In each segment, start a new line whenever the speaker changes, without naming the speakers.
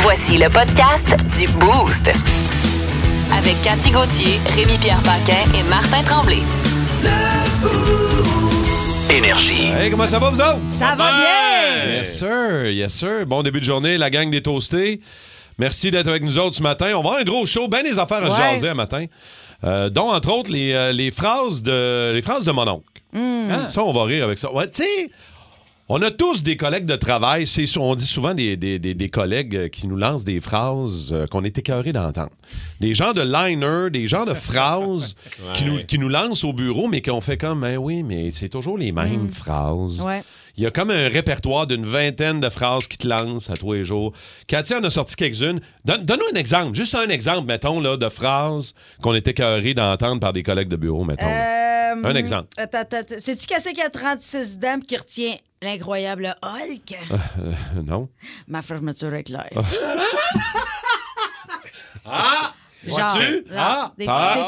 Voici le podcast du Boost. Avec Cathy Gauthier, Rémi-Pierre Paquin et Martin Tremblay.
Énergie.
Hey, comment ça va, vous autres?
Ça va bien!
Yes, sir. Yes, sir. Bon début de journée, la gang des toastés. Merci d'être avec nous autres ce matin. On va avoir un gros show, ben des affaires à
Ouais.
jaser un matin. Euh, dont, entre autres, les, euh, les phrases de, les phrases de mon oncle.
Hein?
Ça, on va rire avec ça. Ouais, tu sais, on a tous des collègues de travail. C'est sou- On dit souvent des, des- des- des collègues euh, qui nous lancent des phrases euh, qu'on est écœurés d'entendre. Des gens de liner, des gens de phrases qui, nous, qui nous lancent au bureau, mais qu'on fait comme, ben oui, mais c'est toujours les mêmes phrases.
Ouais.
Il y a comme un répertoire d'une vingtaine de phrases qui te lancent à tous les jours. Cathy en a sorti quelques-unes. Donne- Donne-nous un exemple, juste un exemple, mettons, là, de phrases qu'on est écœurés d'entendre par des collègues de bureau, mettons. là.
Euh,
Un exemple.
attends, attends, attends. C'est-tu cassé qui a 36 dames qui retient l'incroyable Hulk?
non?
Ma fermeture éclair. ah!
vois-tu?
ah! Des petits,
Ah,
des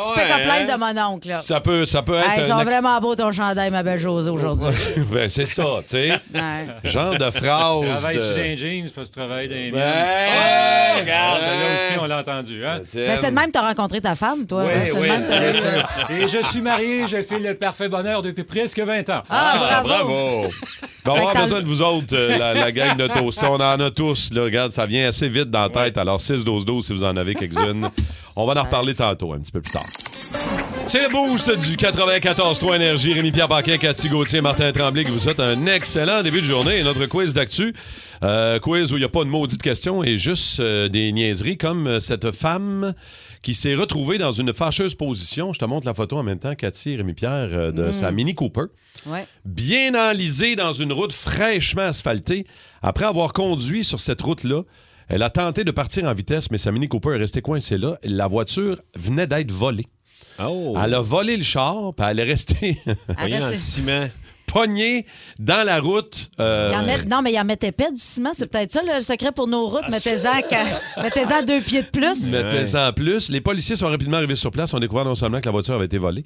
petits
ouais,
pick-up lines
hein?
de mon oncle. Là.
Ça peut, ça peut être.
Hey, ils
un
sont
acc-
vraiment beaux ton chandail, ma belle Josée, aujourd'hui.
Ben, c'est ça, tu sais.
Ouais.
Genre de phrase.
Travaille-tu dans
de...
les jeans parce que tu travailles dans les
Ben,
miennes?
hey,
Ah,
regarde.
Celle-là aussi, on l'a entendu. Hein?
Mais c'est de même que t'as rencontré ta femme, toi. hein? C'est de même que t'as
bien
eu-
sûr. Et je suis marié, je fais le parfait bonheur depuis presque 20 ans.
Ah, bravo!
Ben, on va avoir
Fait que
besoin de vous autres, euh, la, la gang de toast. On en a tous. Là, regarde, ça vient assez vite dans la tête. Alors, 6-12-12 si vous en avez quelques-unes. On va en reparler tantôt, un petit peu plus tard. C'est le boost du 94-3 Énergie. Rémi-Pierre Paquin, Cathy Gauthier, Martin Tremblay qui vous souhaite un excellent début de journée. Et notre quiz d'actu, euh, quiz où il n'y a pas de maudite question et juste euh, des niaiseries comme euh, cette femme qui s'est retrouvée dans une fâcheuse position. Je te montre la photo en même temps, Cathy et Rémi-Pierre, euh,
Mm.
de sa Mini Cooper
Ouais.
bien enlisée dans une route fraîchement asphaltée. Après avoir conduit sur cette route-là, elle a tenté de partir en vitesse, mais sa Mini Cooper est restée coincée là. La voiture venait d'être volée. Elle a volé le char, puis Oh. elle est restée
Arrête-
ciment. pognée dans la route. euh,
Il en met- Non, mais il en mettait pas du ciment. C'est peut-être ça le secret pour nos
Ah,
routes. Mettez-en qu'à- mettez-en deux pieds de plus.
Mettez-en en plus. Les policiers sont rapidement arrivés sur place. On découvert non seulement que la voiture avait été volée,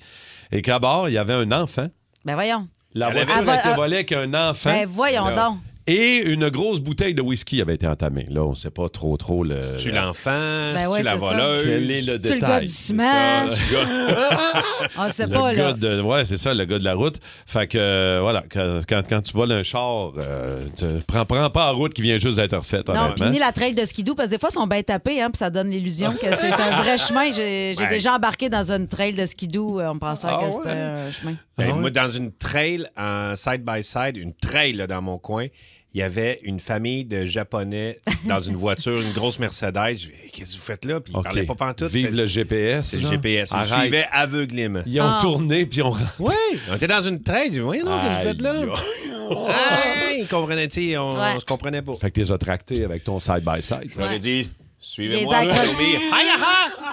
et qu'à bord, il y avait un enfant.
Ben voyons.
La
Elle
voiture
avait-
a été
Elle va-
volée avec un enfant.
Ben voyons donc.
Et une grosse bouteille de whisky avait été entamée. Là, on ne sait pas trop, trop le. Ben
Tu l'enfant,
ouais, c'est
tu la
ça.
voleuse.
Quel est le
C'est le
détail?
gars du ciment.
Ça, le gars-
On sait
Le
pas,
gars
là.
de, ouais, c'est ça, le gars de la route. Fait que, euh, voilà, que- quand, quand tu voles un char, euh, tu- prends, prends pas la route qui vient juste d'être refaite,
Non, puis
honnêtement.
ni la trail de skidoo, parce que des fois, ils sont bien tapés, hein, puis ça donne l'illusion que c'est un vrai chemin. J'ai j'ai déjà embarqué dans une trail de skidoo, euh, on pensait
Ah
que
ouais?
c'était un chemin.
Ben,
Ah
Moi, dans une trail, en side-by-side, une trail là, dans mon coin, il y avait une famille de Japonais dans une voiture, une grosse Mercedes. Je dis, Hey, Qu'est-ce que vous faites là? Puis ils
OK.
parlaient pas pantoute.
Vive le GPS.
C'est le
genre.
GPS. Ils
Arrête.
suivaient aveuglément.
Ils ont
Ah.
tourné, puis on.
Oui, on était dans une trail. Je dis, voyons donc, qu'est-ce que vous faites là? Hey, ils comprenaient, tu sais, on,
Ouais.
on se comprenait pas.
Fait que t'es attracté avec ton side-by-side.
Je leur ai dit,
Les
suivez-moi.
accroche-
je vais dormir. Aïe, aïe,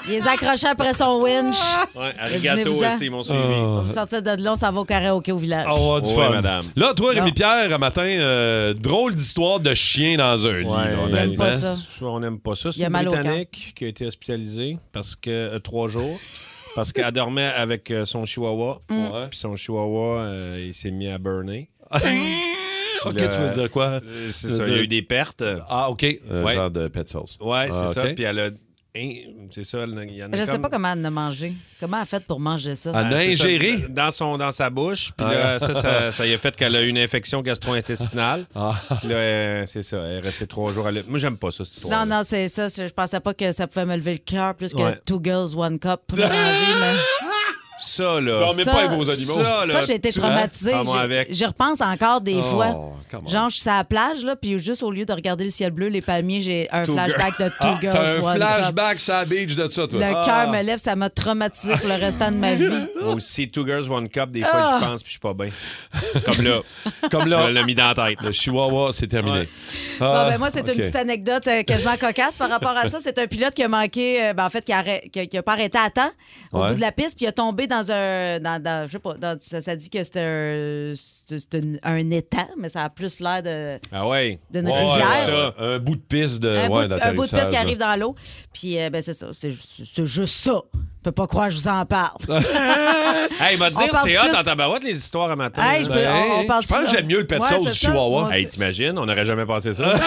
Il les accrochait après son winch.
aïe! Ouais, arigato,
Résignez-vous-en.
c'est mon suivi.
Pour sortir de là, on s'en va au karaoké au village.
On Ah, va avoir du
Ah. Ouais,
fun.
madame.
Là, toi, Rémi-Pierre, un matin, euh, drôle d'histoire de chien dans un lit. là,
Ouais,
aime
honnêtement.
pas ça.
On n'aime pas ça.
Il
C'est
a
une
mal au
Britannique qui a été hospitalisée parce que euh, trois jours. Parce qu'elle dormait avec euh, son chihuahua.
Mm.
Puis son chihuahua, euh, il s'est mis à burner.
OK, tu veux dire quoi?
Euh, C'est ça, il y a eu des pertes.
Ah, OK. Euh,
Ouais.
Genre de pet sauce.
Ouais, c'est
Ah,
ça.
OK.
Puis elle a. hein, C'est ça, il y en a
Je sais
comme-
pas comment elle a mangé. Comment elle a fait pour manger ça?
Ah, Elle a
c'est ça,
ingéré. Ah.
dans, son, dans sa bouche. Puis là, ça, ça, ça y a fait qu'elle a eu une infection gastro-intestinale.
Ah.
Puis là, euh, c'est ça. Elle est restée trois jours à l'hôpital. Moi, j'aime pas ça, cette histoire.
Non, non, c'est ça. c'est- Je pensais pas que ça pouvait me lever le cœur plus que
Ouais.
Two Girls, One Cup. dans la vie, mais-
Ça, là.
Non, mais
Ça-
pas avec vos animaux.
ça, là,
Ça, j'ai été
tu-
traumatisée.
Ah, moi,
J'ai-
avec.
J'y repense encore des
Oh,
fois.
come on.
Genre, je suis à la plage, là, puis juste au lieu de regarder le ciel bleu, les palmiers, j'ai un
Two Ah,
flashback de Two Girls,
Ah, T'as un
One Cup.
flashback sur la beach de ça, toi. Ah.
Le cœur me lève, ça m'a traumatisé pour le restant de ma vie. Ah.
Moi aussi, Two Girls, One Cup, des fois, j'y pense, puis je suis pas bien. Comme là.
Comme
Je
là,
me l'ai mis dans la tête.
le chihuahua, c'est terminé.
Ouais.
Ah,
Bon, ben, moi, c'est
ok.
une petite anecdote euh, quasiment cocasse par rapport à ça. C'est un pilote qui a manqué, euh, ben, en fait, qui a, arrêt- qui a- qui a pas arrêté à temps au
Ouais.
bout de la piste, puis il a tombé dans un. Dans, dans- je sais pas, dans- ça, ça dit que c'était un, c'est- c'est une- un étang, mais ça a plus l'air de.
Ah ouais.
D'une
Ouais,
rivière.
ouais, ouais. Un bout de piste de.
un,
Euh, ouais,
bout de, un bout de piste
d'atterrissage,
qui
là.
arrive dans l'eau. Puis, euh, ben, c'est ça. C'est ju- c'est juste ça. Je peux pas croire que je vous en parle.
Hey, il m'a dit,
On parle
c'est
plus-
hot en tabarouette, les histoires à matin.
Hey, je peux-
Ben,
on, on parle
je pense
ça.
que j'aime mieux le pet sauce
c'est
du
ça.
chihuahua.
Moi,
Hey, t'imagines, on n'aurait jamais pensé ça.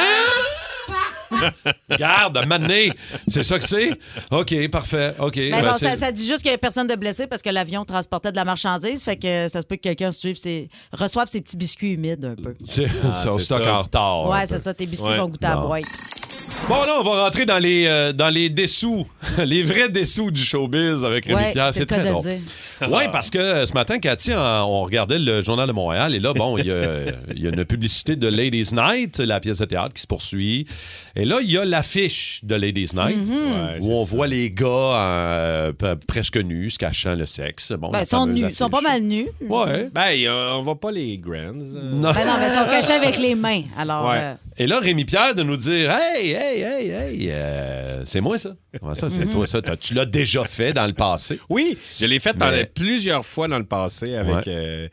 Garde, à m'amener. C'est ça que c'est? OK, parfait. OK.
Mais
ben,
bon, ça,
c'est-
ça dit juste qu'il n'y a personne de blessé parce que l'avion transportait de la marchandise. Fait que euh, ça se peut que quelqu'un suive ses... reçoive ses petits biscuits humides un peu.
c'est- c'est au
Ah, c'est
stock
ça.
en retard. Ah, un
Ouais,
peu.
c'est ça. Tes biscuits
Ouais,
vont goûter à la boîte.
Bon, là, on va rentrer dans les, euh, dans les dessous, les vrais dessous du showbiz avec Rémi
Ouais,
Pierre.
c'est
C'est
le cas
très
de le
drôle.
dire.
Oui, parce que euh, ce matin, Cathy, en- on regardait le Journal de Montréal et là, bon, il y, a- il y a une publicité de Ladies Night, la pièce de théâtre qui se poursuit. Et là, il y a l'affiche de Ladies Night
Mhm.
Ouais,
où on
c'est ça.
voit les gars euh, pe- presque nus, se cachant le sexe. Bon,
Ben,
la
ils sont
fameuse
nus. Ils sont
affiche.
pas mal nus.
Ouais.
Ben, y a- on va pas les Grands. euh.
Non.
Ben non, mais ils sont cachés avec les mains. Alors,
Ouais.
euh,
Et là, Rémi Pierre de nous dire Hey, hey, hey, hey, euh, c'est moi ça. Comment ça, c'est toi ça? T'as- tu l'as déjà fait dans le passé.
Oui, je l'ai fait
Mais-
en- plusieurs fois dans le passé avec
Ouais.
euh,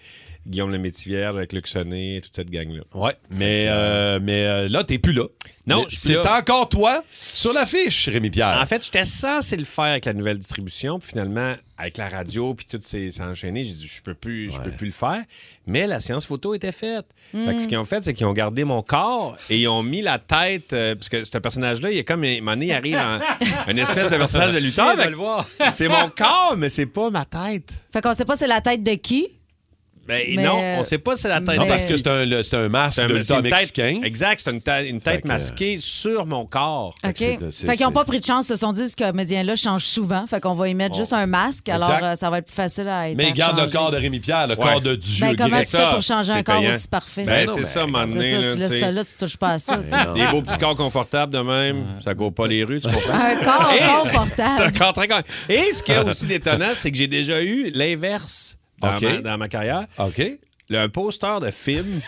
Guillaume Lemaitrière, avec Luc Sonnet, toute cette gang-là.
Ouais, mais, euh, mais euh, là, t'es plus là.
Non,
Mais
je suis
c'est
plus là.
encore toi sur l'affiche, Rémi Pierre.
En fait, j'étais censé le faire avec la nouvelle distribution, puis finalement, avec la radio, puis tout s'est s'est enchaîné, j'ai dit, je peux plus, je peux plus le faire. Mais la séance photo était faite.
Hmm.
Fait que ce qu'ils ont fait, c'est qu'ils ont gardé mon corps et ils ont mis la tête, euh, parce que ce personnage-là, il est comme, un moment donné, il arrive en une espèce de personnage de lutteur.
On va
fait
le voir.
que C'est mon corps, mais c'est pas ma tête.
Fait qu'on sait pas c'est la tête de qui.
Ben,
Mais-
non, on sait pas si c'est la tête.
euh, non,
mais-
parce que c'est un, le- c'est un masque
C'est un-
de
c'est
lutteur
une tête-
mexicain.
Exact, c'est une, ta- une
Fait
tête
que- euh,
masquée sur mon corps.
OK.
que c'est- c'est-
Fait qu'ils n'ont
c'est-
pas pris de chance. Ils se sont dit, ce comédien-là change souvent. Fait qu'on va y mettre juste un masque. Alors,
Exact.
euh, ça va être plus facile à être.
Mais il garde le corps de Rémi Pierre, le corps de Dieu.
Ben, comment
Guillaume.
tu fais pour changer un
c'est
corps
payant.
aussi parfait?
Ben,
non,
c'est
mais-
ça, à un moment
C'est
donné,
ça,
là, Ben
tu
tu
laisses
sais.
ça là, tu touches pas à ça. tu sais.
Ah, Des beaux petits corps confortables de même, ça court pas les rues, tu comprends?
Un corps
Et- C'est un
confortable.
corps très con- Et ce qui est aussi détonnant, c'est que j'ai déjà eu l'inverse dans,
OK.
ma, dans ma carrière.
OK.
Le un poster de film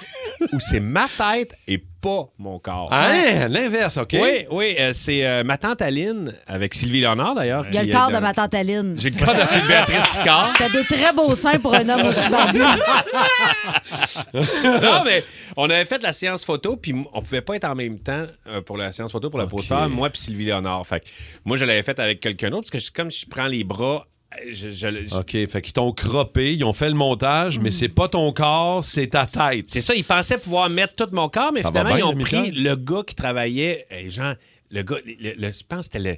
où c'est ma tête et pas mon corps.
Ah, l'inverse, OK.
Oui, oui, euh, c'est euh, ma tante Aline, avec Sylvie Léonard d'ailleurs.
Il y a le
qui,
corps de
euh,
ma tante Aline.
J'ai le corps de Béatrice Picard.
T'as des très beaux seins pour un homme aussi barbu.
non, mais on avait fait la séance photo, puis m- on pouvait pas être en même temps euh, pour la séance photo pour le poster, moi puis Sylvie Léonard. Fait que moi, je l'avais faite avec quelqu'un d'autre, parce que je- comme je prends les bras, euh, je, je- je-
OK, fait qu'ils t'ont croppé, ils ont fait le montage, mais c'est pas ton corps, c'est ta tête.
c'est ça, ils pensaient pouvoir mettre tout mon corps, mais
Ça va
finalement,
bien,
ils ont
le
pris
Michel?
le gars qui travaillait, euh, genre, le gars, le- le- je pense que c'était le.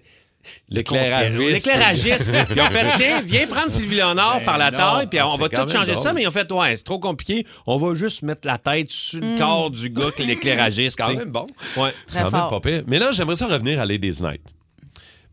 L'éclairagiste. Ben
concierge- L'éclairagiste. Ils ont fait, tiens, viens prendre Sylvie Léonard par la
non,
taille, puis on
c'est
va tout
quand même
changer ça.
drôle.
Mais ils ont fait, ouais, c'est trop compliqué. On va juste mettre la tête sur le corps du gars qui est l'éclairagiste.
quand
tu sais.
même bon.
Ouais.
Très
C'est Hmm. quand même
fort.
pas pire. Mais là, j'aimerais ça revenir à Ladies Night.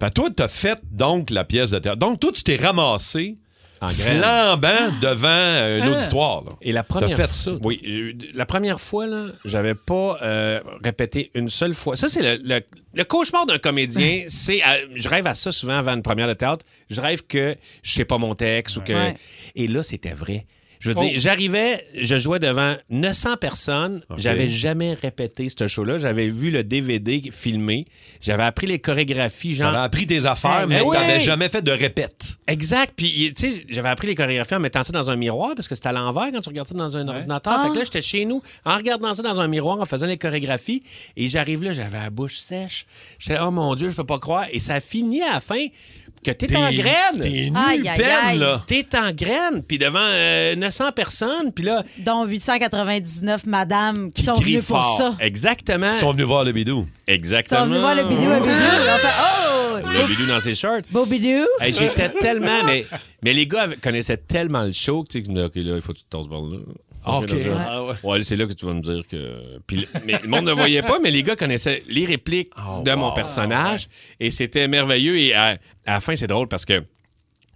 Fait que toi, t'as fait donc la pièce de théâtre. Donc, toi, tu t'es ramassé
En graine.
Ah!
flambant devant euh, un auditoire. là.
Hein? Et la première
T'as fait
fois-
ça, toi.
Oui, euh, la première fois là, j'avais pas euh, répété une seule fois. Ça c'est le, le- le cauchemar d'un comédien, c'est euh, je rêve à ça souvent avant une première de théâtre, je rêve que je sais pas mon texte ou que
Ouais.
et là c'était vrai. Je veux
Oh.
dire, j'arrivais, je jouais devant 900 personnes. J'avais jamais répété ce show-là. J'avais vu le DVD filmé. J'avais appris les chorégraphies, genre
T'avais appris des affaires, mais
Ben oui.
t'avais jamais fait de répète.
Exact. Puis, il- tu sais, j'avais appris les chorégraphies en mettant ça dans un miroir parce que c'était à l'envers quand tu regardes ça dans un ordinateur.
Ah.
Fait que là, j'étais chez nous en regardant ça dans un miroir, en faisant les chorégraphies. Et j'arrive là, j'avais la bouche sèche. J'étais, oh mon Dieu, je peux pas croire. Et ça finit à la fin que t'es en graine.
T'es nu,
Aïe, aïe,
peine,
aïe.
là.
T'es en graine. Puis devant euh, 900 personnes. Puis là,
Dont 899 madames qui
ils
sont venues pour
fort.
ça.
Exactement.
Ils sont venus voir le bidou.
Ils
Exactement.
sont venus voir le bidou à bidou. Ils ont fait, oh!
Le bidou dans ses shirts.
Beau bidou.
Hey, J'étais tellement. Mais, mais les gars avaient- connaissaient tellement le show que tu sais, qu'ils me disaient, OK, là, il faut que tu te tasses par là.
OK.
Ouais, ouais, c'est là que tu vas me dire que. Puis le- mais le monde ne voyait pas, mais les gars connaissaient les répliques
Oh,
de mon personnage et c'était merveilleux. Et à, à la fin, c'est drôle parce que.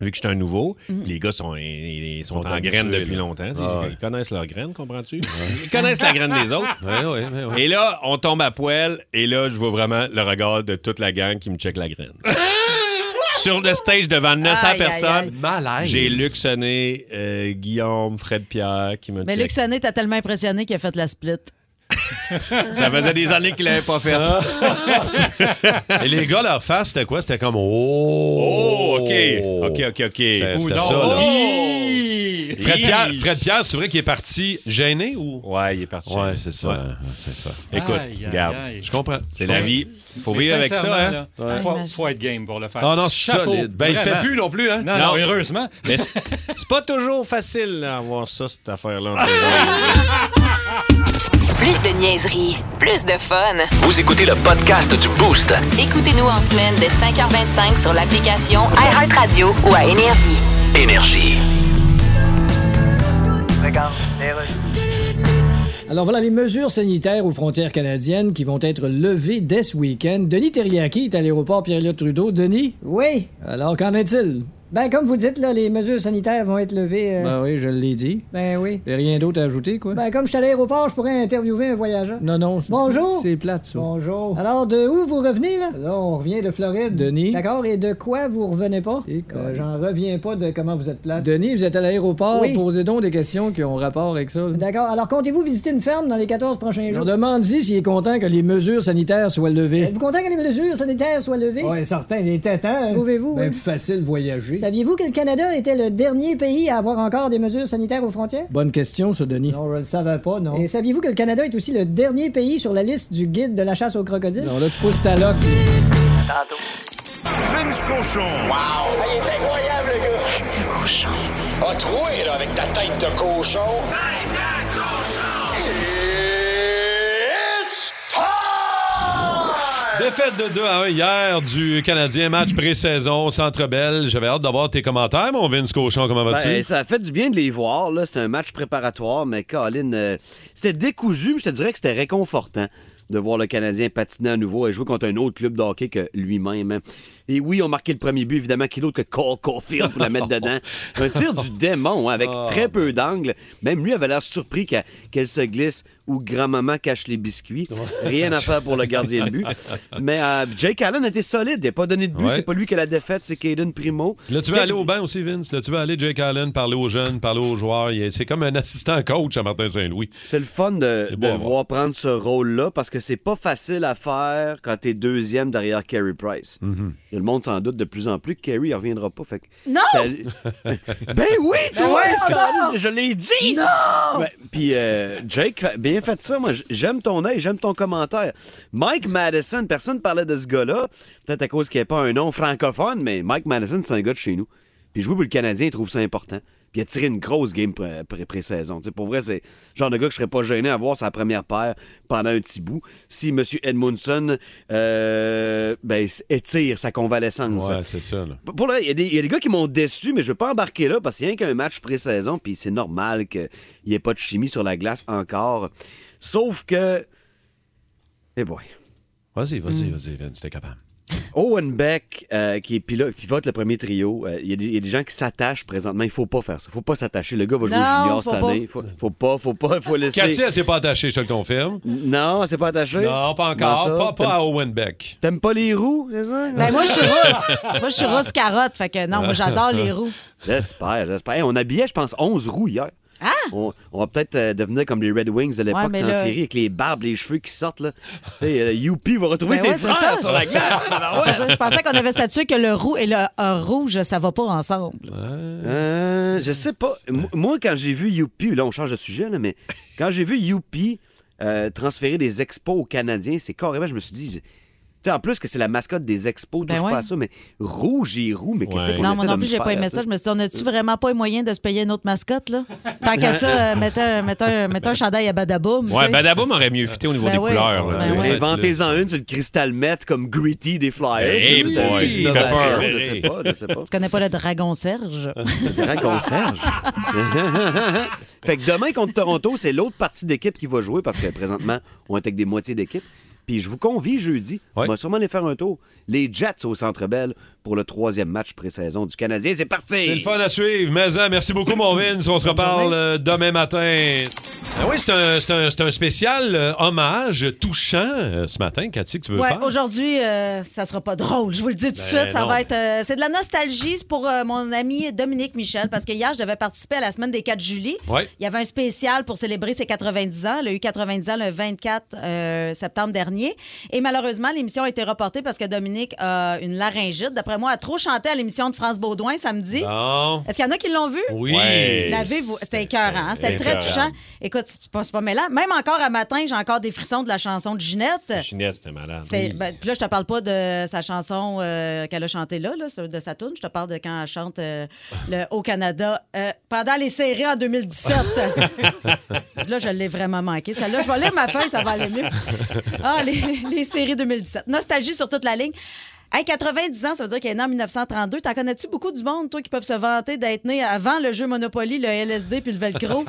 Vu que je suis un nouveau, les gars sont, ils, ils sont en
habitués,
graine depuis
là.
longtemps. tu sais,
Ah ouais.
Ils connaissent leur graine, comprends-tu? Ils connaissent la graine des autres.
Ouais, ouais, ouais, ouais.
Et là, on tombe à poil, et là, je vois vraiment le regard de toute la gang qui me check la graine. Sur le stage devant 900
Aïe, aïe,
personnes,
aïe.
Malaise.
j'ai Luc Sonnet, euh, Guillaume, Fred Pierre qui me
Mais Luc
check.
Sonnet t'a tellement impressionné qu'il a fait la split.
Ça faisait des années qu'il l'avait pas fait.
Et les gars, leur face, c'était quoi? C'était comme Oh!
Oh, OK. OK, OK, OK.
C'est-
Ouh,
c'était
non.
ça, là.
Oh!
Fred Pierre,
Hi.
Fred Pierre, c'est vrai qu'il est parti gêné ou?
Ouais, il est parti.
Ouais, c'est ça.
Ouais.
C'est ça.
Écoute,
Aïe, aïe,
regarde,
aïe.
Je comprends.
c'est la vie. Faut vivre avec ça, hein?
Il
Ouais.
faut, faut être game pour le faire.
Ah non, c'est
Chapeau,
solide. Ben, il
vraiment.
fait plus non plus, hein?
Non, non, heureusement.
Mais c'est c'est pas toujours facile d'avoir ça, cette affaire-là.
Plus de niaiserie, plus de fun.
Vous écoutez le podcast du Boost.
Écoutez-nous en semaine de 5h25 sur l'application iHeartRadio ou à Énergie.
Énergie.
Alors voilà les mesures sanitaires aux frontières canadiennes qui vont être levées dès ce week-end. Denis Terriaki est à l'aéroport Pierre-Éliott Trudeau. Denis? Oui. Alors qu'en est-il? Ben comme vous dites, là, les mesures sanitaires vont être levées. Ben oui, je l'ai dit. Ben oui. Et rien d'autre à ajouter, quoi? Ben comme je suis à l'aéroport, je pourrais interviewer un voyageur. Non, non. Bonjour. C'est plate, ça. Bonjour. Alors de où vous revenez, là? Là, on revient de Floride. Denis. D'accord, et de quoi vous revenez pas? Euh, J'en reviens pas de comment vous êtes plate. Denis, vous êtes à l'aéroport. Posez donc des questions qui ont rapport avec ça. D'accord. Alors comptez-vous visiter une ferme dans les 14 prochains jours? On demande si s'il est content que les mesures sanitaires soient levées. Êtes-vous content que les mesures sanitaires soient levées? Oui, certain, il était temps. Trouvez-vous? hein? plus facile voyager. Saviez-vous que le Canada était le dernier pays à avoir encore des mesures sanitaires aux frontières? Bonne question, ce Denis. Non, je le savais pas, non. Et saviez-vous que le Canada est aussi le dernier pays sur la liste du guide de la chasse aux crocodiles? Non, là, tu pousses ta loque.
Ah,
A troué, là, avec ta tête de cochon. Tête de cochon! It's time!
Défaite de 2 à 1 hier du Canadien, match pré-saison, Centre Bell. J'avais hâte d'avoir tes commentaires, mon Vince Cochon. Comment vas-tu?
Ben, ça a fait du bien de les voir. là. C'était un match préparatoire, mais Colin, euh, c'était décousu, mais je te dirais que c'était réconfortant de voir le Canadien patiner à nouveau et jouer contre un autre club de hockey que lui-même. hein. Et oui, on marqué le premier but, évidemment, qui d'autre que Cole Caulfield pour la mettre dedans. Un tir du démon, hein, avec
Ah,
très peu d'angle. Même lui avait l'air surpris qu'à- qu'elle se glisse ou grand-maman cache les biscuits. Rien à faire pour le gardien de but. Mais euh, Jake Allen était solide. Il n'a pas donné de but.
Ouais.
C'est pas lui qui a la défaite, c'est Caden Primo.
Là, tu veux aller au bain aussi, Vince? Là, tu veux aller, Jake Allen, parler aux jeunes, parler aux joueurs. Il est- C'est comme un assistant coach à Martin Saint-Louis.
C'est le fun de, de
C'est beau à
le
voir.
voir prendre ce rôle-là parce que c'est pas facile à faire quand t'es deuxième derrière Carey Price. Le monde s'en doute de plus en plus que Carey ne reviendra pas. Fait que
Non!
T'as- ben oui, toi! Colin, je l'ai dit! Non!
Ben,
Puis euh, Jake, fa- bien fait ça. Moi, j- j'aime ton œil, j'aime ton commentaire. Mike Madison, personne parlait de ce gars-là. Peut-être à cause qu'il n'y a pas un nom francophone, mais Mike Madison, c'est un gars de chez nous. Puis jouer pour le Canadien, il trouve ça important. Puis il a tiré une grosse game pré- pré- pré-saison. Tu sais, pour vrai, c'est le genre de gars que je serais pas gêné à voir sa première paire pendant un petit bout. Si M. Edmundson euh, ben, s- étire sa convalescence.
Ouais, c'est ça. là.
P- Pour le- il y, a des- il y a des gars qui m'ont déçu, mais je veux pas embarquer là parce qu'il y a rien qu'un match pré-saison, puis c'est normal qu'il n'y ait pas de chimie sur la glace encore. Sauf que. Eh boy. Hmm.
Vas-y, vas-y, vas-y, Vince, t'es capable.
Owen Beck, euh, qui est pilote, pivote le premier trio, euh, il y, a des- il y a des gens qui s'attachent présentement. Il faut pas faire ça. faut pas s'attacher. Le gars va jouer
Non,
junior
faut
cette
pas.
année. Faut, faut pas, faut pas, faut laisser.
Cathy, elle s'est pas attachée, je te le confirme.
Non, c'est pas attaché.
Non, pas
Dans
encore.
ça,
Pas, pas à Owen Beck.
T'aimes pas les roues, c'est ça?
Ben, moi, je suis rousse. Moi, je suis rousse carotte. Fait que non, moi, j'adore les roues.
J'espère, j'espère. Hey, on habillait, je pense, 11 roues hier.
Ah!
On, on va peut-être euh, devenir comme les Red Wings de l'époque
Ouais, mais
en
là-
série avec les barbes, les cheveux qui sortent. Là. Tu sais, euh, Youpi va retrouver
Ben
ses
ouais, c'est
frères
ça.
sur la glace. Ah ouais.
Je pensais qu'on avait statué que le roux et le euh, rouge, ça va pas ensemble.
Euh, je sais pas. Mo- Moi, quand j'ai vu Youpi, là, on change de sujet, là, mais quand j'ai vu Youpi euh, transférer des expos aux Canadiens, c'est carrément, je me suis dit. je- tu sais, en plus que c'est la mascotte des expos, touche
Ben ouais.
pas à ça, mais rouge et roux, mais qu'est-ce
Ouais.
qu'on
Non,
essaie
moi non
de
plus,
me
j'ai pas
faire,
aimé
tu
ça.
sais?
Je me suis dit, on a-tu vraiment pas les moyens de se payer une autre mascotte, là? Tant qu'à ça, euh, mettez, un- mettez un, mettez un chandail à Badaboum. tu
Ouais,
sais.
Badaboum aurait mieux fité au niveau
Ben
des
oui.
couleurs.
Ben
là, tu sais.
oui. Ouais.
Inventez-en une sur le cristal Met comme Gritty des Flyers.
Hey
Je sais pas,
boy,
une
il fait peur.
innovation, Je sais pas, je sais pas.
Tu connais pas le dragon Serge?
Euh,
Dragon Serge. fait que demain contre Toronto, c'est l'autre partie d'équipe qui va jouer parce que présentement, on est avec des moitiés d'équipe. Puis je vous convie jeudi,
Ouais.
on va sûrement aller faire un tour. Les Jets au Centre Bell pour le troisième match pré-saison du Canadien. C'est parti!
C'est le fun à suivre. Mais hein, merci beaucoup, mon Vince. On se reparle
journée.
euh, demain matin. Ah oui, c'est un, c'est un- c'est un spécial euh, hommage touchant euh, ce matin, Cathy, que tu veux
Ouais,
faire.
aujourd'hui, euh, ça sera pas drôle. Je vous le dis tout de
Ben
suite. Ça
non.
va être. euh, c'est de la nostalgie c'est pour euh, mon ami Dominique Michel, parce que hier, je devais participer à la semaine des 4 juillet.
Ouais.
Il y avait un spécial pour célébrer ses 90 ans. Il a eu 90 ans le 24 euh, septembre dernier. Et malheureusement, l'émission a été reportée parce que Dominique a une laryngite. D'après moi, a trop chanté à l'émission de France Baudouin samedi.
Bon.
Est-ce qu'il y en a qui l'ont vu?
Oui.
Ouais.
L'avez-vous? C'était écœurant. hein? C'était très
écœurant.
touchant. Écoute, c'est pas, c'est pas mêlant. Même encore à matin, j'ai encore des frissons de la chanson de Ginette.
Ginette, c'était malade.
C'était- ben, puis là, je te parle pas de sa chanson euh, qu'elle a chantée là, là, sur- de sa tune. Je te parle de quand elle chante euh, le Au Canada euh, pendant les séries en 2017. Là, je l'ai vraiment manqué. Celle-là, je vais lire ma feuille, ça va aller mieux. Ah, les, les séries 2017. Nostalgie sur toute la ligne. Hey, 90 ans, ça veut dire qu'il est né en 1932. T'en connais-tu beaucoup du monde, toi, qui peuvent se vanter d'être né avant le jeu Monopoly, le LSD puis le Velcro?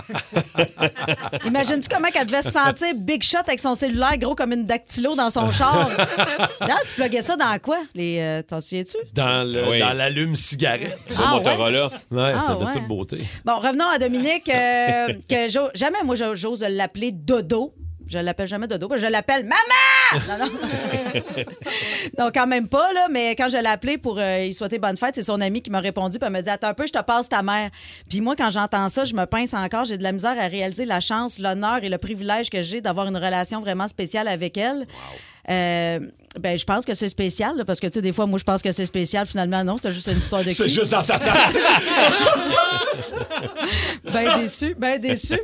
Imagine-tu comment qu'elle devait se sentir big shot avec son cellulaire gros comme une dactylo dans son char? Non, tu pluguais ça dans quoi? Les, euh, t'en souviens-tu?
Dans, le-
Oui.
dans l'allume-cigarette.
Ben Ah, ouais?
Motorola.
Ouais,
Ah,
ça de
ouais.
toute beauté.
Bon, revenons à Dominique, euh, que j'o- jamais moi j'o- j'ose l'appeler Dodo. Je l'appelle jamais Dodo, parce que je l'appelle Maman! Non, non. non, quand même pas, là, mais quand je l'ai appelé pour euh, lui souhaiter bonne fête, c'est son ami qui m'a répondu, puis elle m'a dit Attends un peu, je te passe ta mère. Puis moi, quand j'entends ça, je me pince encore, j'ai de la misère à réaliser la chance, l'honneur et le privilège que j'ai d'avoir une relation vraiment spéciale avec elle. Euh, ben, je pense que c'est spécial, là, parce que, tu sais, des fois, moi, je pense que c'est spécial. Finalement, non, c'est juste une histoire de cul.
dans ta tête.
Ben déçu, ben déçu.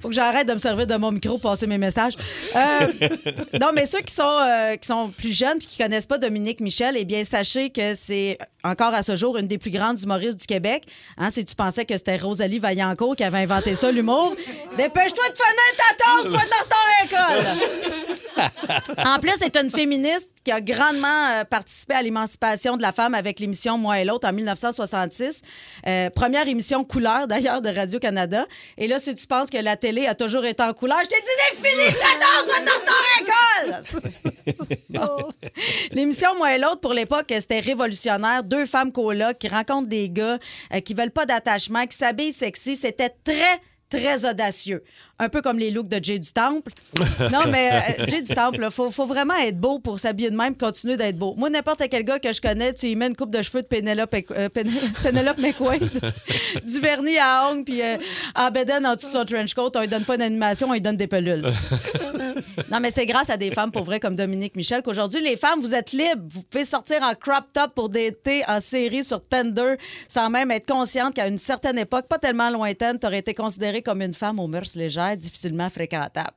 Faut que j'arrête de me servir de mon micro pour passer mes messages. Euh, non, mais ceux qui sont, euh, qui sont plus jeunes et qui connaissent pas Dominique Michel, eh bien, sachez que c'est encore à ce jour une des plus grandes humoristes du Québec. Hein, si tu pensais que c'était Rosalie Vaillancourt qui avait inventé ça, l'humour, dépêche-toi de fenêtre à tort, sois dans ton école! En plus, c'est une féministe qui a grandement euh, participé à l'émancipation de la femme avec l'émission Moi et l'autre en 1966. Euh, première émission couleur, d'ailleurs, de Radio-Canada. Et là, si tu penses que la télé a toujours été en couleur, je t'ai dit, c'est fini, ça danse, va dans ton école! Bon. L'émission Moi et l'autre, pour l'époque, c'était révolutionnaire. Deux femmes colocs qui rencontrent des gars euh, qui veulent pas d'attachement, qui s'habillent sexy. C'était très très audacieux. Un peu comme les looks de Jay du Temple. Non, mais euh, Jay du Temple, là, faut, faut vraiment être beau pour s'habiller de même, continuer d'être beau. Moi, n'importe quel gars que je connais, tu y mets une coupe de cheveux de Pénélope, Éc- euh, Péné- Pénélope McQuaid, du vernis à ongles, puis euh, en bedaine en dessous de son trench coat. On lui donne pas d'animation, on lui donne des pelules. Non, mais c'est grâce à des femmes pour vrai comme Dominique Michel qu'aujourd'hui, les femmes, vous êtes libres. Vous pouvez sortir en crop top pour dater en série sur Tinder sans même être consciente qu'à une certaine époque, pas tellement lointaine, tu aurais été considérée comme une femme aux mœurs légères, difficilement fréquentable.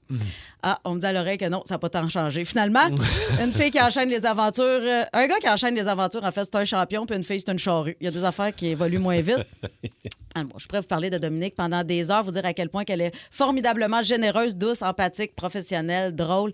Ah, on me dit à l'oreille que non, ça n'a pas tant changé. Finalement, une fille qui enchaîne les aventures, euh, un gars qui enchaîne les aventures, en fait, c'est un champion, puis une fille, c'est une charrue. Il y a des affaires qui évoluent moins vite. Ah, bon, je pourrais vous parler de Dominique pendant des heures, vous dire à quel point qu'elle est formidablement généreuse, douce, empathique, professionnelle, drôle.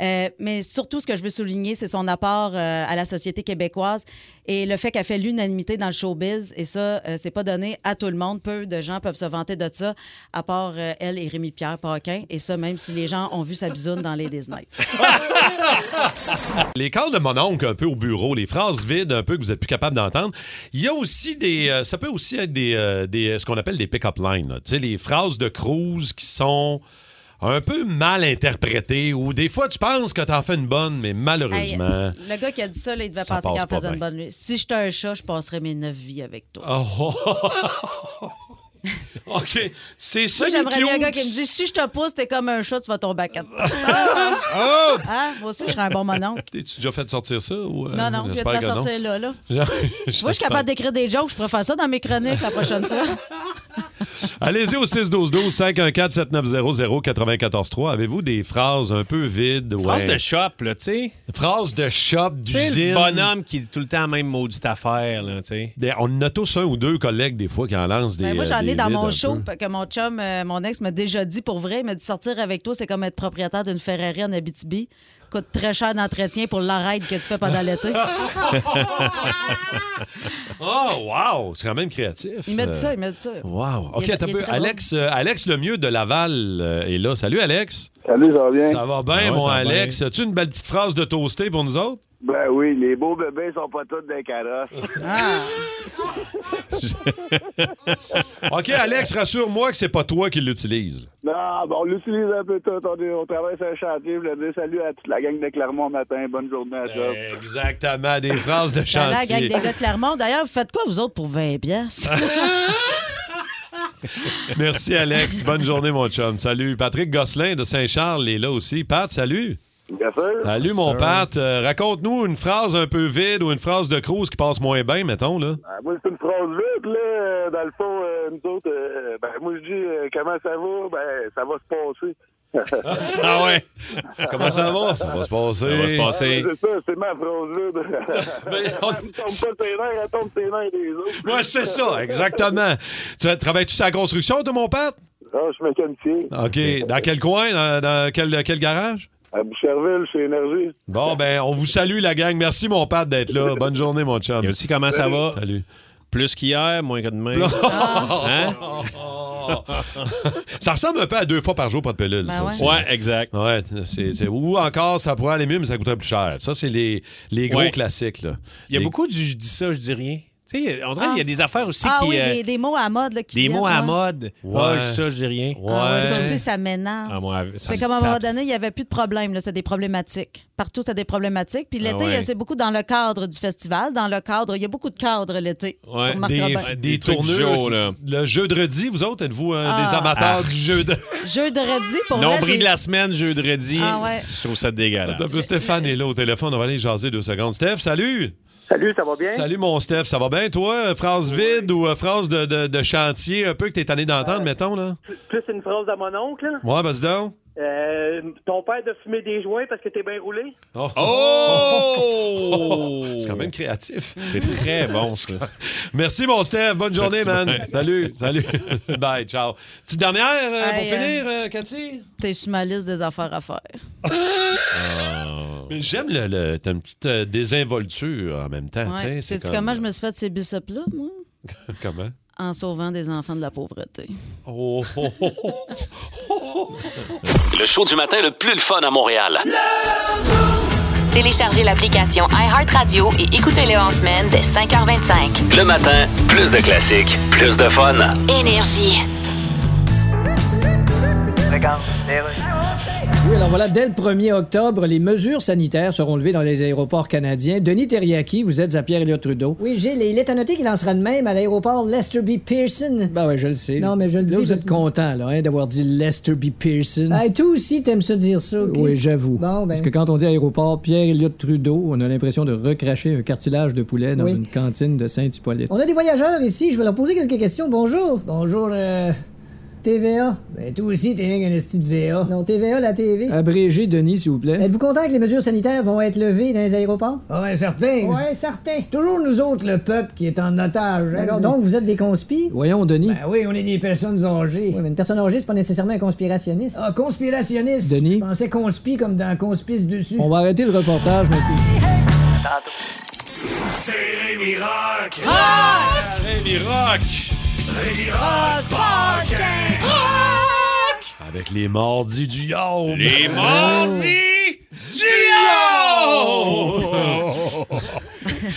Euh, mais surtout, ce que je veux souligner, c'est son apport euh, à la société québécoise et le fait qu'elle fait l'unanimité dans le showbiz. Et ça, euh, c'est pas donné à tout le monde. Peu de gens peuvent se vanter de ça, à part euh, elle et Rémi-Pierre Paquin. Et ça, même si les gens ont vu sa bisoune dans les Disney.
Les calls de mon oncle un peu au bureau, les phrases vides un peu que vous êtes plus capable d'entendre. Il y a aussi des. euh, ça peut aussi être des, euh, des- ce qu'on appelle des pick-up lines. là. Tu sais, les phrases de Cruz qui sont un peu mal interprétées ou des fois tu penses que t'en fais une bonne, mais malheureusement.
Hey, euh, le gars qui a dit ça, là, il devait
Ça
penser qu'il
passe
en
pas
faisait une
bien.
bonne nuit. Si j'étais un chat, je passerais mes neuf vies avec toi.
Oh, oh, oh, oh. OK. C'est ça
Moi, j'aimerais bien un gars qui me dit si je te pousse, t'es comme un chat, tu vas tomber à quatre. Hein? Moi aussi, je serais un bon mononcle.
oh! T'es-tu déjà fait sortir ça? Ou, euh,
Non, non, je vais te
j'espère
la
que non.
sortir là. là. Moi,
Moi,
je suis capable d'écrire des jokes, je pourrais faire ça dans mes chroniques la prochaine fois.
Allez-y au 612-12-514-7900-943. Avez-vous des phrases un peu vides? ouais.
Phrase de shop, là, tu sais.
Phrases de shop,
Tu sais,
d'usine.
le bonhomme qui dit tout le temps la même maudite affaire, là, tu sais.
Des- on en a tous un ou deux collègues, des fois, qui en lancent des.
Ben, moi,
euh,
j'en
des
ai dans
vides
mon
un
show
peu.
p- que mon chum, euh, mon ex, m'a déjà dit pour vrai. Il m'a dit sortir avec toi, c'est comme être propriétaire d'une Ferrari en Abitibi. Coûte très cher d'entretien pour la ride que tu fais pendant l'été.
Oh, wow! C'est quand même créatif.
Ils mettent ça,
Euh,
ils mettent ça.
Wow. OK,
Il est-
attends un
il est
peu.
très
Alex, euh, Alex Lemieux de Laval euh, est là. Salut, Alex.
Salut, ça va bien?
Ça va bien,
Ah ouais,
mon
ça va
Alex? As-tu une belle petite phrase de toasté pour nous autres?
Ben oui, les beaux bébés sont pas tous des carrosses.
Ah. OK, Alex, rassure-moi que c'est pas toi qui l'utilise.
non, bon, on l'utilise un peu tout. On, est- on travaille sur un chantier. Je voulais dire salut à toute la gang de Clermont matin. Bonne journée
Ben,
à toi.
Exactement, des phrases de
J'en ai la
chantier.
gang des gars de Clermont. D'ailleurs, vous faites quoi, vous autres, pour 20 piastres?
Merci, Alex. Bonne journée, mon chum. Salut. Patrick Gosselin de Saint-Charles est là aussi. Pat, salut.
Bien sûr.
Salut, mon Pat. Euh, Raconte-nous une phrase un peu vide ou une phrase de Cruz qui passe moins bien, mettons, là.
Ah, moi, c'est une phrase vite, là. Euh, Dans le fond, euh, nous autres, euh, ben, moi, je dis euh, comment ça va? Ben, ça va se passer.
Ah ouais. Comment ça, va? Ça va se passer. Ça
va se passer.
Ah, C'est ça, c'est ma phrase vide.
Ben, on-
Elle me tombe pas ses nerfs, elle tombe ses nerfs des autres.
Ouais, c'est ça, exactement. Tu travailles-tu sur la construction, de mon Pat?
Ah, je suis mécanicien.
Ah, OK. Dans quel coin? Dans, dans quel, quel garage?
À Boucherville, chez Énergie.
Bon, ben, on vous salue, la gang. Merci, mon Pat, d'être là. Bonne journée, mon chum. Et
aussi, comment ça va?
Salut.
Plus qu'hier, moins que demain.
Ah.
Hein?
ça ressemble un peu à deux fois par jour, pas de pilule.
Ben
ça
ouais.
aussi.
Ouais, exact.
Ouais, c'est- c'est- Ou encore, ça pourrait aller mieux, mais ça coûterait plus cher. Ça, c'est les, les gros
Ouais.
classiques. Là.
Il y a
Les-
beaucoup du je dis ça, je dis rien. Tu sais, on dirait qu'il y a des affaires aussi
Ah
qui.
oui,
euh,
des, des mots à mode. Là, qui
des
viennent,
mots à
ouais.
mode.
Ouais.
Ah, je dis ça, je dis rien.
Ah ouais, ça aussi, ça m'énerve.
Ah, moi, ça
C'est
me
comme à un moment
tape.
donné, il n'y avait plus de problèmes. là, C'était des problématiques. Partout, c'était des problématiques. Puis
Ah
l'été, il y a-
ouais.
c'est beaucoup dans le cadre du festival. Dans le cadre, il y a beaucoup de cadres l'été. Tu
Ouais,
remarqueras
Des,
bien.
des,
Des trucs
tournures.
du jour,
qui-
là.
Le jeudi, vous autres, êtes-vous euh, des
Ah.
amateurs
Ah.
du jeu de.
Jeudi, pour vrai,
Nombril
j'ai-
de la semaine, jeudi,
Ah ouais.
je trouve ça dégueulasse.
Attends, Stéphane est là au téléphone. On va aller jaser deux secondes. Steph, salut!
Salut, ça va bien?
Salut mon Steph, ça va bien toi? Phrase vide ou euh, phrase de, de- de chantier un peu que t'es tanné d'entendre,
Euh.
mettons là?
Plus une phrase à mon oncle. là.
Ouais, vas-y donc.
Euh, ton père de fumer des joints parce que t'es bien roulé.
Oh! C'est quand même créatif. C'est
Oh! très bon, ça.
Merci, mon Steph. Bonne journée,
Merci,
man.
bye.
Salut, salut. Bye, ciao. Petite dernière euh, pour
Hey, euh,
finir, euh, Cathy?
T'es sur ma liste des affaires à faire.
Mais J'aime le, le- ta petite euh, désinvolture en
Ah,
même temps.
Ouais.
tu sais, c'est
Sais-tu
comme-
euh,
comment je me suis fait ces biceps-là, moi?
Comment?
En sauvant des enfants de la pauvreté.
Oh, oh, oh, oh.
Ben,
Le show du matin le plus le fun à Montréal.
Téléchargez l'application iHeartRadio et écoutez-le en semaine dès 5h25.
Le matin, plus de classiques, plus de fun.
Énergie.
Oui, alors voilà, dès le 1er octobre, les mesures sanitaires seront levées dans les aéroports canadiens. Denis Terriaki, vous êtes à Pierre-Éliott Trudeau.
Oui, Gilles, et il est à noter qu'il en sera de même à l'aéroport Lester B. Pearson.
Ben oui, je le sais.
Non, mais je le
Là,
dis
vous
parce
êtes
que-
content, là, hein, d'avoir dit Lester B. Pearson.
Ah, et toi aussi, t'aimes ça dire ça, OK?
Oui, j'avoue.
Bon, ben.
Parce que quand on dit aéroport Pierre-Éliott Trudeau, on a l'impression de recracher un cartilage de poulet dans
Oui.
une cantine de Saint-Hippolyte.
On a des voyageurs ici, je vais leur poser quelques questions. Bonjour. Bonjour, euh, TVA. Ben, toi aussi, t'es rien qu'un esti de VA. Non, TVA, la TV.
Euh, Abrégé, Denis, s'il vous plaît.
Êtes-vous content que les mesures sanitaires vont être levées dans les aéroports?
Ah, certain.
Ouais, certain. Toujours nous autres, le peuple, qui est en otage.
hein,
D'accord, donc vous êtes des conspires?
Voyons, Denis.
Ah oui, on est des personnes âgées. Oui, mais une personne âgée, c'est pas nécessairement un conspirationniste. Ah, conspirationniste?
Denis?
Je pensais conspi comme dans conspice dessus.
On va arrêter le reportage, mais...
C'est Rémi Rock.
Ah! Rémi Rock!
Rémi Rock Parquet.
Ah!
Avec les mordis du Oh! yaourt.
Les mordis
diable! Oh.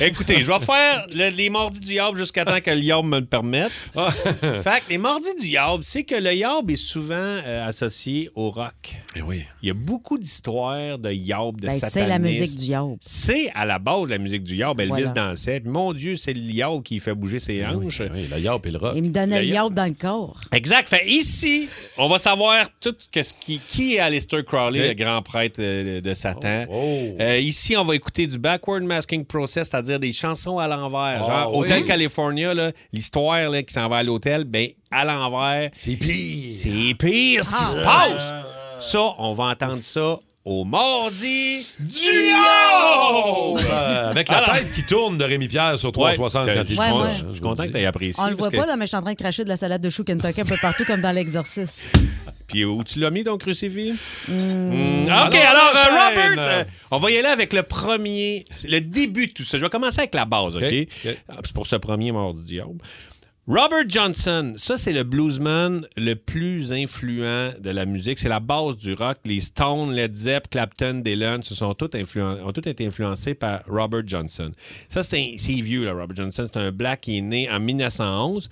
Écoutez, je vais faire le- les mordis du diable jusqu'à temps que le diable me le permette.
Ah.
fait que les mordis du diable, c'est que le diable est souvent euh, associé au rock.
Eh oui.
Il y a beaucoup d'histoires de yob, de
Ben,
satanisme.
c'est la musique du yob.
C'est à la base la musique du yob. Elvis
Voilà.
dansait. Puis, mon Dieu, c'est le yob qui fait bouger ses hanches.
Eh Oui, le yaourt et le rock.
Il me donnait
Le
le
yaourt.
yaourt dans le corps.
Exact. Fait ici, on va savoir tout qu'est-ce qui, qui est Aleister Crowley,
Ok. Oh,
le grand prêtre euh, de Satan. Euh, ici, on va écouter du backward masking process, c'est-à-dire des chansons à l'envers.
Ah,
Genre,
oui.
Hôtel California, là, l'histoire là, qui s'en va à l'hôtel, ben à l'envers.
C'est pire. Ah.
C'est pire ce qui se passe. Ça, on va entendre ça au mardi du
Oh! Euh, avec la
Alors-
tête qui tourne de Rémi Pierre sur 360
Ouais,
quand
t'as-
il dit
je
Ouais,
ça.
ouais.
je
Je suis
vous
content
le dis.
que tu apprécié.
On le voit
parce que-
pas, là, mais je suis en train de cracher de la salade de chou Kentucky un peu partout, comme dans l'exorciste.
Puis où tu l'as mis, ton crucifix? Mm. OK, alors,
Alors, on
euh,
enchaîne.
Robert, euh, on va y aller avec le premier, c'est le début de tout ça. Je vais commencer avec la base, OK?
OK.
Ah, C'est pour ce premier mort du diable. Robert Johnson, ça c'est le bluesman le plus influent de la musique. C'est la base du rock. Les Stones, Led Zepp, Clapton, Dylan, ce sont tous influen- ont tous été influencés par Robert Johnson. Ça c'est un- c'est vieux, là, Robert Johnson. C'est un black qui est né en 1911.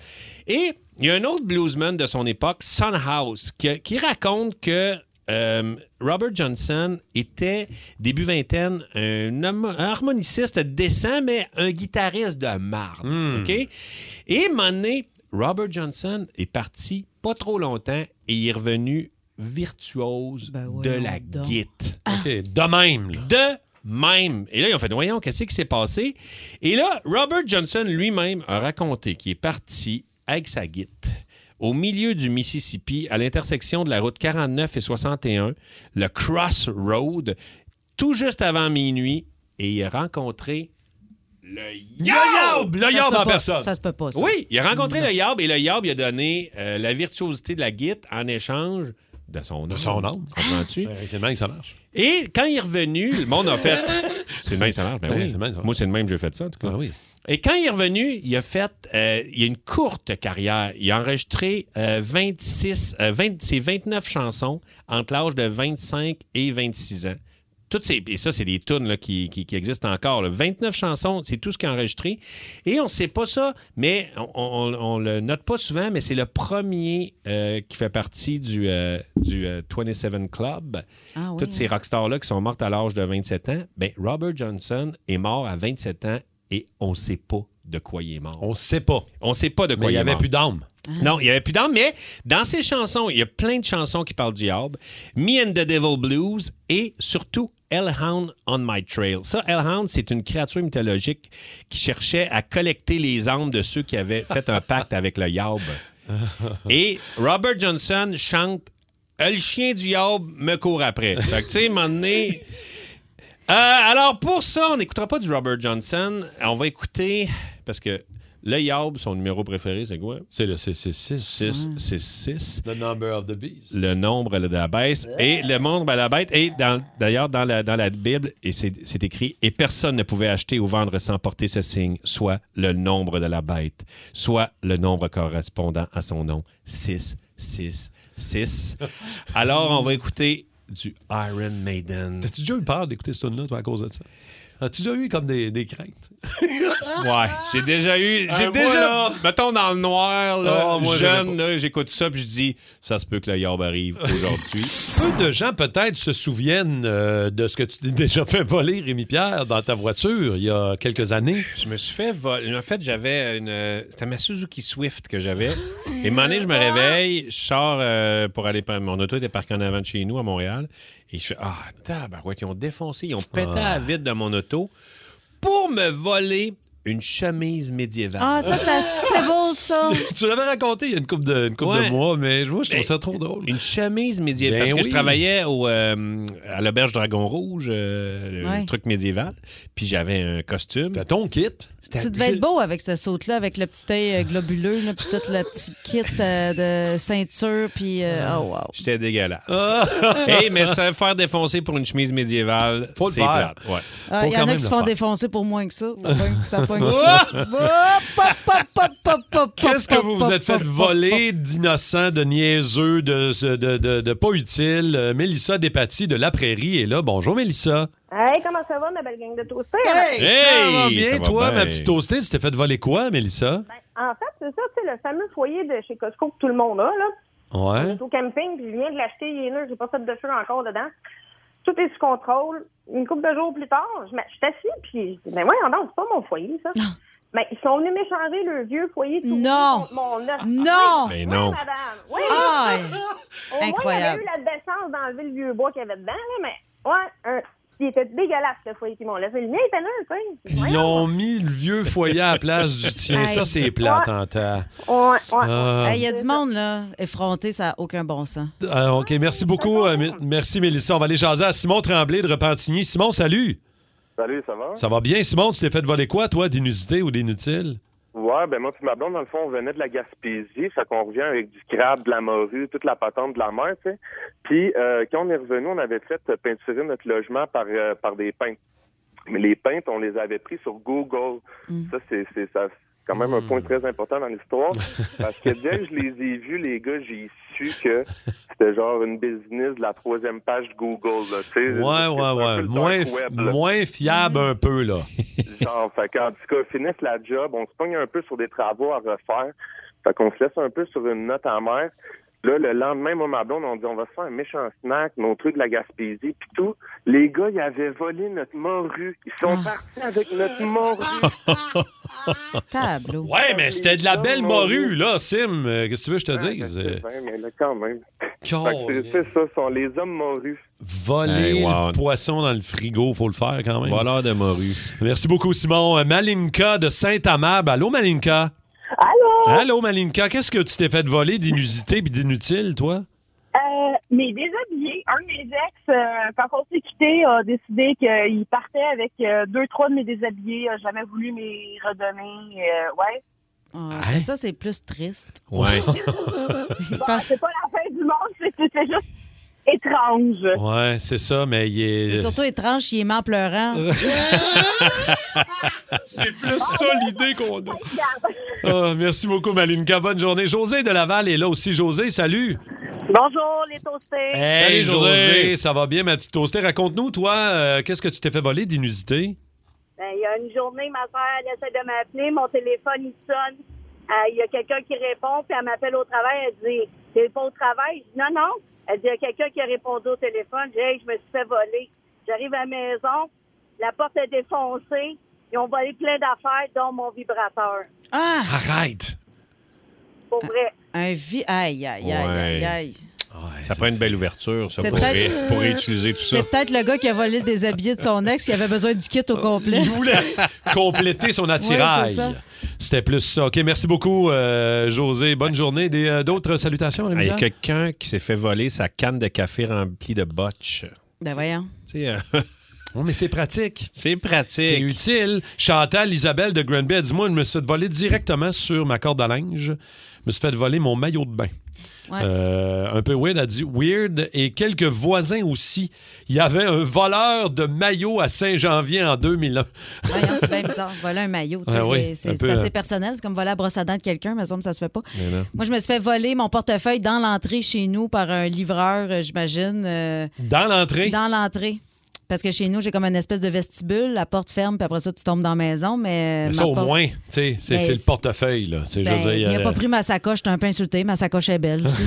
Et il y a un autre bluesman de son époque, Son House, qui, qui raconte que euh, Robert Johnson était, début vingtaine, un, homme- un harmoniciste décent, mais un guitariste de marde. OK? Et à un moment donné, Robert Johnson est parti pas trop longtemps et il est revenu virtuose
Ben
de
voyons
la
donc. Ah.
guite.
OK, De même. là.
De même. Et là, ils ont fait, voyons, qu'est-ce qui s'est passé? Et là, Robert Johnson lui-même a raconté qu'il est parti avec sa guite au milieu du Mississippi, à l'intersection de la route 49 et 61, le Crossroad, tout juste avant minuit, et il a rencontré Le
Yob!
Yarb!
Le Yob en personne.
Oui, il a rencontré le Yarb et le Yarb il a donné euh, la virtuosité de la guite en échange de son De son âme, comprends-tu?
c'est le même que ça marche.
Et quand il est revenu, le monde a fait. C'est le même ça marche, ben
Ben oui,
oui.
c'est le même, ça Ah marche.
Moi, c'est le même, j'ai fait ça, en tout cas. Et quand il est revenu, il a fait. euh, il a une courte carrière. Il a enregistré euh, 26. euh, 20 c'est 29 chansons entre l'âge de 25 et 26 ans. Toutes ces, et ça, c'est des tunes là, qui, qui- qui existent encore. là. 29 chansons, c'est tout ce qu'il a enregistré. Et on ne sait pas ça, mais on ne le note pas souvent, mais c'est le premier euh, qui fait partie du, euh, du euh, 27 Club.
Ah oui,
Toutes ces
hein.
rockstars-là qui sont mortes à l'âge de 27 ans, ben Robert Johnson est mort à 27 ans et on ne sait pas de quoi il est mort. On ne sait pas. On ne sait pas de quoi
Mais il
il
y
est
avait
mort.
plus d'âme. Ah.
Non, il n'y avait plus d'âme, mais dans ses chansons, il y a plein de chansons qui parlent du diable. Me and the Devil Blues et surtout Hellhound on My Trail. Ça, Hellhound, c'est une créature mythologique qui cherchait à collecter les âmes de ceux qui avaient fait un pacte avec le diable.
Ah.
Et Robert Johnson chante Le chien du diable me court après. Fait que, tu sais, à un moment donné, euh, alors, pour ça, on n'écoutera pas du Robert Johnson. On va écouter, parce que le Yarb, son numéro préféré, c'est quoi? C'est le 666. C'est 6.
The number of the beast.
Le nombre de la bête. Et le nombre à la bête. Et dans- d'ailleurs, dans la, dans la Bible, et c'est c'est écrit Et personne ne pouvait acheter ou vendre sans porter ce signe, soit le nombre de la bête, soit le nombre correspondant à son nom. 6, 6, 6. Alors, on va écouter du Iron Maiden.
T'as-tu déjà eu peur d'écouter ce tune-là, toi, à cause de ça? As-tu déjà eu comme des, des craintes?
Ouais, j'ai déjà eu. J'ai
Un
déjà.
mois, là.
Mettons dans le noir, là,
Euh, Ah, moi, j'avais
jeune, là, j'écoute ça, puis je dis, ça se peut que le yarb arrive aujourd'hui.
Peu de gens, peut-être, se souviennent euh, de ce que tu t'es déjà fait voler, Rémi-Pierre, dans ta voiture il y a quelques années.
je me suis fait voler. En fait, j'avais une. euh, C'était ma Suzuki Swift que j'avais. Et mané, je me réveille, je sors euh, pour aller. par- Mon auto était parquée en avant de chez nous, à Montréal. Et je fais, ah, tabarouette, ils ont défoncé, ils ont pété
Ah.
à vide de mon auto pour me voler une chemise médiévale.
Ah, ça, c'est assez beau, ça.
tu l'avais raconté il y a une couple de, une couple de
Ouais.
mois, mais je vois, je trouve ça trop drôle.
Une chemise médiévale.
Ben
parce que je
oui.
travaillais au, euh, à l'auberge Dragon Rouge, euh,
Ouais.
un truc médiéval. Puis j'avais un costume. C'était ton kit.
Tu devais être beau avec ce saut-là, avec le petit œil euh, globuleux, là, puis tout le petit kit euh, de ceinture, puis... euh,
Ah.
oh, wow. Ah!
J'étais dégueulasse. hey, mais se faire défoncer pour une chemise médiévale,
Faut le
c'est
faire.
plate. Ouais.
Il Ah, y en a qui se font défoncer pour moins que ça. T'as pas- t'as pas une-
Hop!
Hop, hop, hop, hop, hop,
Qu'est-ce que
hop,
vous
hop,
vous êtes fait
hop,
voler d'innocents, de niaiseux, de, de, de- de pas utiles? Euh, Mélissa Despatie de La Prairie est là. Bonjour, Mélissa.
Hey, comment ça va, ma belle gang de toastés?
ça va bien,
ça va
toi,
bien.
ma petite toastée, tu t'es fait voler quoi, Mélissa?
En fait, c'est ça, tu sais, le fameux foyer de chez Costco que tout le monde a, là. On
Ouais.
est au camping, puis je viens de l'acheter, il est neuf, j'ai pas fait de feu encore dedans. Tout est sous contrôle. Une couple de jours plus tard, je m'a- je suis assis, puis je dis, ben voyons donc, c'est pas mon foyer, ça. Mais ils sont venus m'échanger le vieux foyer tout
Non. Ah,
contre mon neuf.
Non.
Oui, oui,
Mais non.
madame. Oui.
Ah,
Au moins, il y avait
incroyable.
eu la décence d'enlever le vieux bois qu'il y avait dedans, là, mais ouais, un- il était dégueulasse, le foyer qu'ils m'ont laissé. Le mien était neuf, tu sais.
Ils ont mis le vieux foyer à la place du tien.
Aïe.
Ça, c'est plate en temps.
Ouais, ouais.
Ah.
Hey, Il y a du monde, là, effronté, ça n'a aucun bon sens.
Ah, OK, merci beaucoup. euh, mé- merci, Mélissa. On va aller jaser à Simon Tremblay de Repentigny. Simon, salut.
Salut, ça va?
Ça va bien, Simon? Tu t'es fait voler quoi, toi, d'inusité ou d'inutile?
Ouais, ben moi puis ma blonde, dans le fond, on venait de la Gaspésie, fait qu'on revient avec du crabe, de la morue, toute la patente de la mer, tu sais. Puis euh, quand on est revenu, on avait fait euh, peinturer notre logement par, euh, par des peintres. Mais les peintres, on les avait pris sur Google.
Mm.
Ça, c'est c'est- ça- c'est quand même un point très important dans l'histoire. parce que dès que je les ai vus, les gars, j'ai su que c'était genre une business de la troisième page de Google, là, tu sais.
Ouais, ouais, ouais. Moins,
dark web, là.
moins fiable un peu, là.
Genre, fait qu'en tout cas, finissent la job, on se pogne un peu sur des travaux à refaire. Fait qu'on se laisse un peu sur une note amère. Là, le lendemain, moi, ma blonde, on dit, on va se faire un méchant snack, nos trucs de la Gaspésie, puis tout. Les gars, ils avaient volé notre morue. Ils sont partis avec notre morue.
Tableau.
Ouais, mais c'était de la belle morue, là, Sim. Euh, Qu'est-ce que tu veux que je te dise? Euh,
Ouais, mais là, quand même.
Colin.
Fait que c'est- c'est ça, ce sont les hommes morues.
Voler
Hey, wow.
le poisson dans le frigo, faut le faire quand même.
Voleur de morue.
Merci beaucoup, Simon. Euh, Malinka de Saint-Amable. Allô, Malinka?
Allô?
Allô, Malinka. Qu'est-ce que tu t'es fait voler d'inusité puis d'inutile, toi?
Euh, mes déshabillés,
un de mes ex, euh, quand on s'est quitté, a décidé qu'il partait avec euh, deux, trois de mes déshabillés. Il a jamais voulu me les redonner. euh, ouais.
Ah,
Hein?
Ça, c'est plus triste.
Ouais.
Bon, c'est pas la fin du monde, c'est c'est juste étrange.
Ouais, c'est ça, mais il est.
C'est surtout étrange s'il est mort en pleurant.
c'est plus ça l'idée qu'on a. Ah, merci beaucoup, Malinka. Bonne journée. José de Laval est là aussi. José, salut.
Bonjour, les toastés.
Hey, Ça va bien, ma petite toastée. Raconte-nous, toi, euh, qu'est-ce que tu t'es fait voler d'inusité?
Ben, il y a une journée, ma soeur, elle essaie de m'appeler, mon téléphone, il sonne. Euh, il y a quelqu'un qui répond, puis elle m'appelle au travail, elle dit « T'es pas au travail? » Je dis « Non, non. » Elle dit « Il y a quelqu'un qui a répondu au téléphone. » Je dis « Hey, je me suis fait voler. » J'arrive à la maison, la porte est défoncée, ils ont volé plein d'affaires, dont mon vibrateur.
Ah!
Arrête!
Pour vrai.
Un vie. Aïe, aïe, aïe, aïe,
Ouais.
aïe.
ça prend une belle ouverture, ça,
C'est
pour,
peut-être-
ré- pour réutiliser tout ça.
C'est peut-être le gars qui a volé des habillés de son ex. Il avait besoin du kit au complet.
Euh, Il voulait compléter son
Ouais, c'est
attirail.
ça.
C'était plus ça. OK, merci beaucoup, euh, José. Bonne journée. Des, euh, D'autres salutations,
Ah, Il y a
Rémi-Pierre?
quelqu'un qui s'est fait voler sa canne de café remplie de botch.
Ben voyons.
Non, mais c'est pratique.
euh, C'est pratique.
C'est utile. Chantal, Isabelle de Granby, elle dit Moi, je me suis fait voler directement sur ma corde à linge. Je me suis fait voler mon maillot de bain.
Ouais.
Euh, un peu weird, a dit weird. Et quelques voisins aussi. Il y avait un voleur de maillot à Saint-Janvier en 2001.
Voyons, c'est bien bizarre. Voler un maillot. tu sais,
Ah oui,
c'est-
un
c'est
peu,
c'est
hein.
assez personnel. C'est comme voler la brosse à dents de quelqu'un. Mais ça me semble que ça se fait pas. Moi, je me suis fait voler mon portefeuille dans l'entrée chez nous par un livreur, euh, j'imagine. euh,
Dans l'entrée?
Dans l'entrée. Parce que chez nous, j'ai comme une espèce de vestibule, la porte ferme, puis après ça, tu tombes dans la maison. Mais, euh,
Mais ça,
ma
au
porte-
moins, tu sais, c'est
Ben,
c'est le portefeuille. Là. Tu sais, je
Ben,
veux dire, euh,
il
y
n'a pas pris ma sacoche, j'étais un peu insulté. Ma sacoche est belle aussi.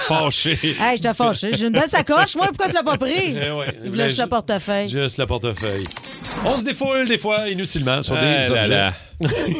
Fâché.
hey, j'étais fâché. J'ai une belle sacoche, moi, pourquoi tu l'as pas pris?
Eh ouais.
il voulait juste le portefeuille.
Juste le portefeuille. On se défoule des fois inutilement sur des
Ah là
objets.
là.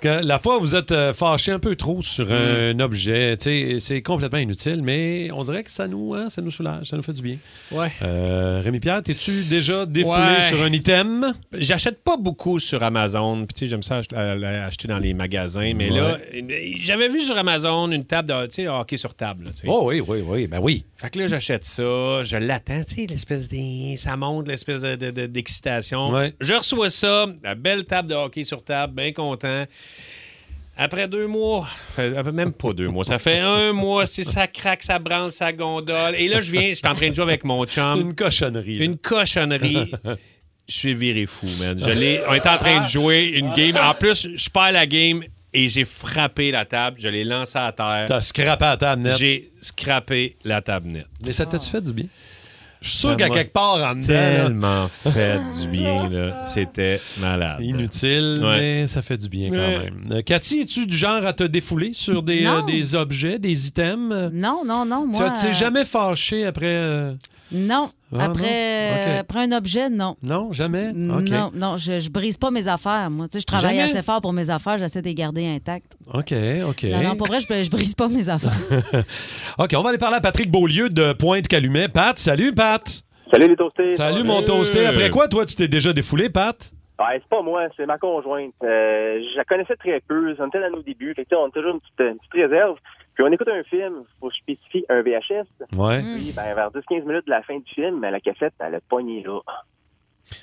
Que la fois où vous êtes euh, fâché un peu trop
Mm.
sur un objet, tu sais, c'est complètement inutile, mais on dirait que ça nous, hein, ça nous soulage, ça nous fait du bien. Euh,
Ouais.
Rémi Pierre, t'es-tu déjà défoulé sur un item?
J'achète pas beaucoup sur Amazon. Puis, tu sais, j'aime ça ach- euh, la- acheter dans les magasins. Mais là, euh, j'avais vu sur Amazon une table de tu sais, hockey sur table. là, tu sais.
Oh oui, oui, oui, ben oui.
Fait que là, j'achète ça, je l'attends, tu sais, l'espèce de. Ça monte, l'espèce de- de- de- d'excitation.
Ouais.
Je reçois ça, la belle table de hockey sur table, bien content. Après deux mois, fait- Euh, même pas deux mois, ça fait un mois, c'est ça craque, ça branle, ça gondole. Et là, je viens, je suis en train de jouer avec mon chum.
Une cochonnerie. là.
Une cochonnerie. Je suis viré fou, man. Je l'ai- euh, on est en train de jouer une game. En plus, je perds la game et j'ai frappé la table. Je l'ai lancée à terre.
T'as scrappé à table net.
J'ai scrappé la table nette.
Mais ça t'a-tu fait du bien? Je suis
Ça
sûr qu'à
m'a
quelque part en dedans, là,
Tellement fait du bien, là. C'était malade.
Inutile,
Ouais.
mais ça fait du bien quand
Ouais.
même. Euh, Cathy, es-tu du genre à te défouler sur des,
Non.
euh, des objets, des items?
Non, non, non,
Tu
moi.
as- tu t'es
euh,
jamais fâché après... euh,
Non.
Ah,
après,
non?
euh,
Ok.
après un objet, non.
Non, jamais? OK.
Non, non, je, je brise pas mes affaires, moi. Tu sais, je travaille
Jamais?
assez fort pour mes affaires, j'essaie de les garder intactes.
OK, OK.
Non, non, pour vrai, je, je brise pas mes affaires.
OK, on va aller parler à Patrick Beaulieu de Pointe-Calumet. Pat, salut, Pat!
Salut les toastés.
Salut, mon toasté. Après quoi, toi, tu t'es déjà défoulé, Pat?
Ben, c'est pas moi, c'est ma conjointe. Euh, je la connaissais très peu. On était dans nos débuts. Fait que, tu sais, on a toujours une petite, une petite réserve. Puis on écoute un film. Faut que je spécifie un VHS.
Ouais.
Mm.
Puis, ben, vers 10-15 minutes de la fin du film, ben, la cassette, elle a pogné là.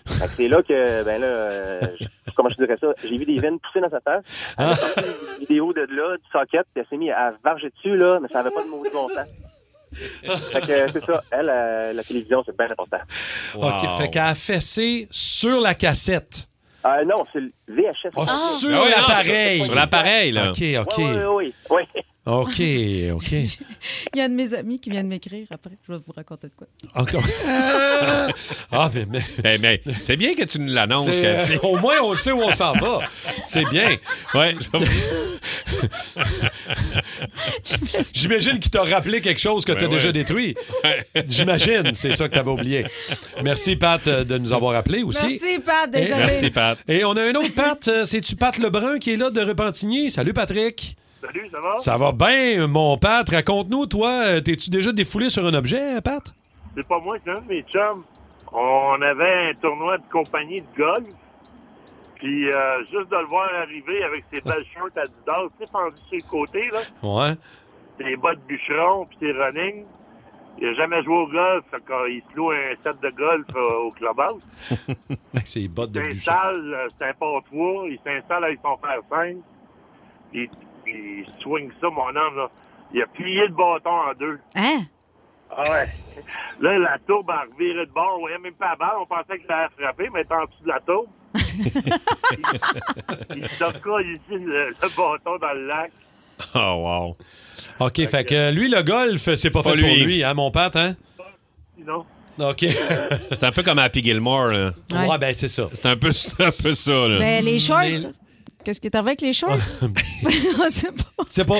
Fait que c'est là que, ben là, euh, je- comment je dirais ça, j'ai vu des veines pousser dans sa face. Elle
Ah.
a sorti une vidéo de là, du socket, puis elle s'est mise à varger dessus, là, mais ça n'avait pas de maudit bon sens. Fait que euh, c'est ça, elle, euh, la télévision, c'est bien important.
Oh,
OK, fait qu'à fessé sur la cassette.
Euh, non, c'est le VHS.
Oh, sur
Ah oui, non,
l'appareil.
sur- sur l'appareil, là.
OK, OK.
Oui, oui, oui. oui.
OK, OK.
Il y a un de mes amis qui vient de m'écrire après. Je vais vous raconter de quoi.
Encore. ah, mais. mais-
Eh, mais c'est bien que tu nous l'annonces,
c'est- euh,
Cathy.
Au moins, on sait où on s'en va. C'est bien.
Ouais,
J'imagine qu'il t'a rappelé quelque chose que
Ben
t'as
ouais.
déjà détruit. J'imagine, c'est ça que t'avais oublié. Merci, Pat, euh, de nous avoir appelé aussi.
Merci, Pat,
Eh,
Et-
désolé.
Pat.
Et on a un autre Pat, euh, c'est-tu Pat Lebrun qui est là de Repentigny? Salut, Patrick.
Salut, ça va?
Ça va bien, mon Pat. Raconte-nous, toi, euh, t'es-tu déjà défoulé sur un objet, euh, Pat?
C'est pas moi, c'est un de mes chums. On avait un tournoi de compagnie de golf. Puis euh, juste de le voir arriver avec ses belles shorts Adidas, tu sais, pendu sur le côté, là,
Ouais.
ses bottes bûcherons, puis ses running. Il n'a jamais joué au golf, fait qu'il se loue un set de golf euh, au clubhouse.
C'est les bottes de
Il
bûche.
s'installe, euh, c'est un patois, il s'installe avec son frère Saint. Puis il swing ça, mon homme, là. Il a plié le bâton en deux.
Hein?
Ah ouais. Là, la tourbe a reviré de bord. On voyait même pas la balle. On pensait que ça allait frapper, mais elle était en dessous de la tourbe. Il stocka ici le, le bâton dans le lac.
Oh, wow. OK, fait que lui, le golf, c'est pas
pas
fait
lui.
pour lui, hein, mon pâte, hein?
Sinon,
OK.
C'est un peu comme Happy Gilmore. Là.
Ouais. Ouais,
ben c'est ça. Mm.
C'est un peu, ça- un peu ça. Là.
Ben, les shorts. Qu'est-ce qui est arrivé avec les shorts?
Ah, ben.
On sait pas.
C'est pas.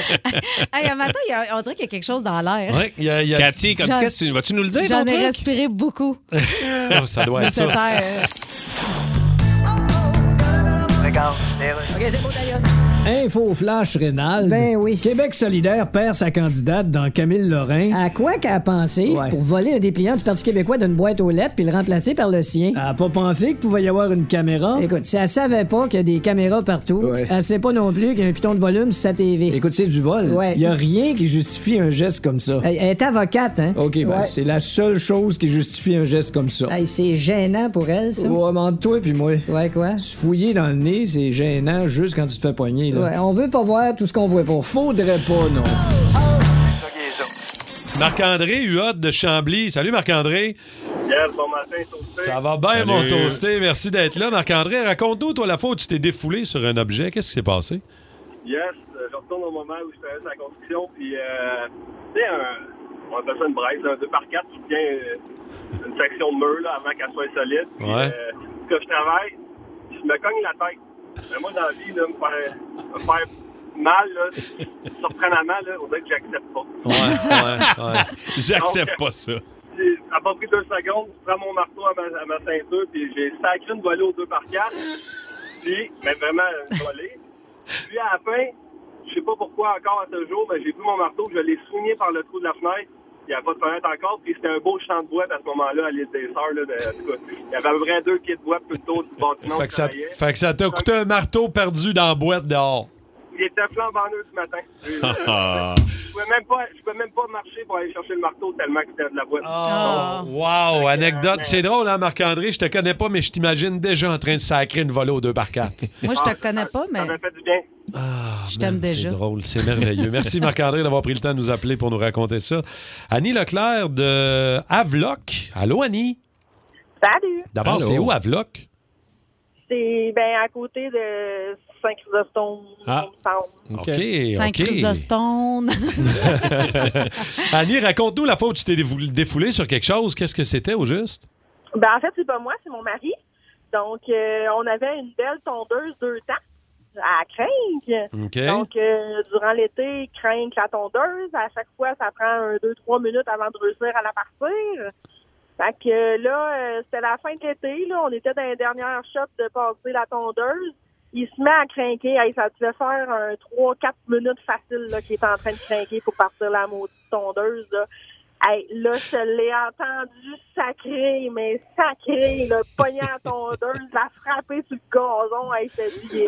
Hey, un matin, il y a- on dirait qu'il y a quelque chose dans l'air.
Ouais, il y a- il y a-
Cathy, comme,
J'en-
qu'est-ce que tu- vas-tu nous le dire?
J'en
ton
ai
truc?
respiré beaucoup.
Oh, ça doit être
de cette
ça.
air.
Ok, c'est bon, d'ailleurs.
Info flash rénal. Ben oui. Québec solidaire perd sa candidate dans Camille Lorrain.
À quoi qu'elle a pensé pour voler un dépliant du Parti québécois d'une boîte aux lettres puis le remplacer par le sien?
Elle a pas pensé qu'il pouvait y avoir une caméra.
Écoute, si elle savait pas qu'il y a des caméras partout, elle sait pas non plus qu'il y a un piton de volume sur sa TV.
Écoute, c'est du vol.
Ouais.
Il y a rien qui justifie un geste comme ça.
Elle, elle est avocate, hein?
OK, ben,
Ouais.
c'est la seule chose qui justifie un geste comme ça.
Hey, c'est gênant pour elle, ça.
Ouais, mais entre toi puis moi.
Ouais, quoi?
Se fouiller dans le nez, c'est gênant juste quand tu te fais poigner. Là.
Ouais, on veut pas voir tout ce qu'on voit pas.
Faudrait pas, non.
Marc-André Huot de Chambly. Salut, Marc-André.
Hier, bon matin, toasté.
Ça va bien,
Salut.
mon toasté. Merci d'être là, Marc-André. Raconte-nous, toi, la fois où tu t'es défoulé sur un objet. Qu'est-ce qui s'est passé?
Yes, euh, je retourne au moment où je faisais la construction, puis, euh, tu sais, un- on appelle ça une braise, un 2 par 4 qui tient euh, une section de mur là, avant qu'elle soit solide. Puis,
Ouais.
euh, quand je travaille, je me cogne la tête. Mais moi, dans la vie, là, me, faire, me faire mal, là, surprenamment, là, on dirait que j'accepte pas.
Ouais, ouais, ouais. J'accepte
Donc,
pas ça.
J'ai- Ça m'a pris deux secondes, je prends mon marteau à ma, à ma ceinture, puis j'ai sacré une volée au 2 par 4 puis, mais vraiment une volée. Puis à la fin, je sais pas pourquoi encore à ce jour, mais j'ai pris mon marteau, je l'ai soigné par le trou de la fenêtre, il n'y avait pas de fenêtre encore, puis c'était un beau champ de bois à ce moment-là à l'île des Sœurs, là, de- en tout cas, il y avait à peu près deux pieds de bois tout le tour du bâtiment. où
Fait que
je
ça,
travaillais.
fait que ça t'a coûté un marteau perdu dans la boîte dehors.
Il était flambant neuf ce matin. Je je pouvais même pas, je pouvais même pas marcher pour aller chercher le marteau tellement que c'était de la boîte.
Wow, anecdote.
euh,
C'est drôle, hein, Marc-André? Je te connais pas, mais je t'imagine déjà en train de sacrer une volée au 2 par 4
Moi, je te connais pas, mais.
Ah.
Je t'aime
Ah,
déjà.
C'est drôle, c'est merveilleux. Merci Marc-André d'avoir pris le temps de nous appeler pour nous raconter ça. Annie Leclerc de Havelock. Allô, Annie?
Salut!
D'abord,
Allô.
c'est où Havelock?
C'est ben, à côté de Saint-Chrysostome.
Ah.
Sound.
OK,
Saint
OK.
Christ de Stone.
Annie, raconte-nous la fois où tu t'es dévou- défoulé sur quelque chose. Qu'est-ce que c'était au juste?
Ben, en fait, c'est pas moi, c'est mon mari. Donc, euh, on avait une belle tondeuse deux temps à crinque.
OK.
Donc, euh, durant l'été, crinque la tondeuse. À chaque fois, ça prend un, deux, trois minutes avant de réussir à la partir. Fait que euh, là, euh, c'était la fin de l'été. Là, on était dans les dernières shots de passer la tondeuse. Il se met à crinquer. Hey, ça devait faire un 3-4 minutes facile là, qu'il est en train de crinquer pour partir la maudite tondeuse. Là. Hey, là, je l'ai entendu sacré, mais sacré, le poignant à tondeuse, la frapper sur le gazon, hey, je te dis, il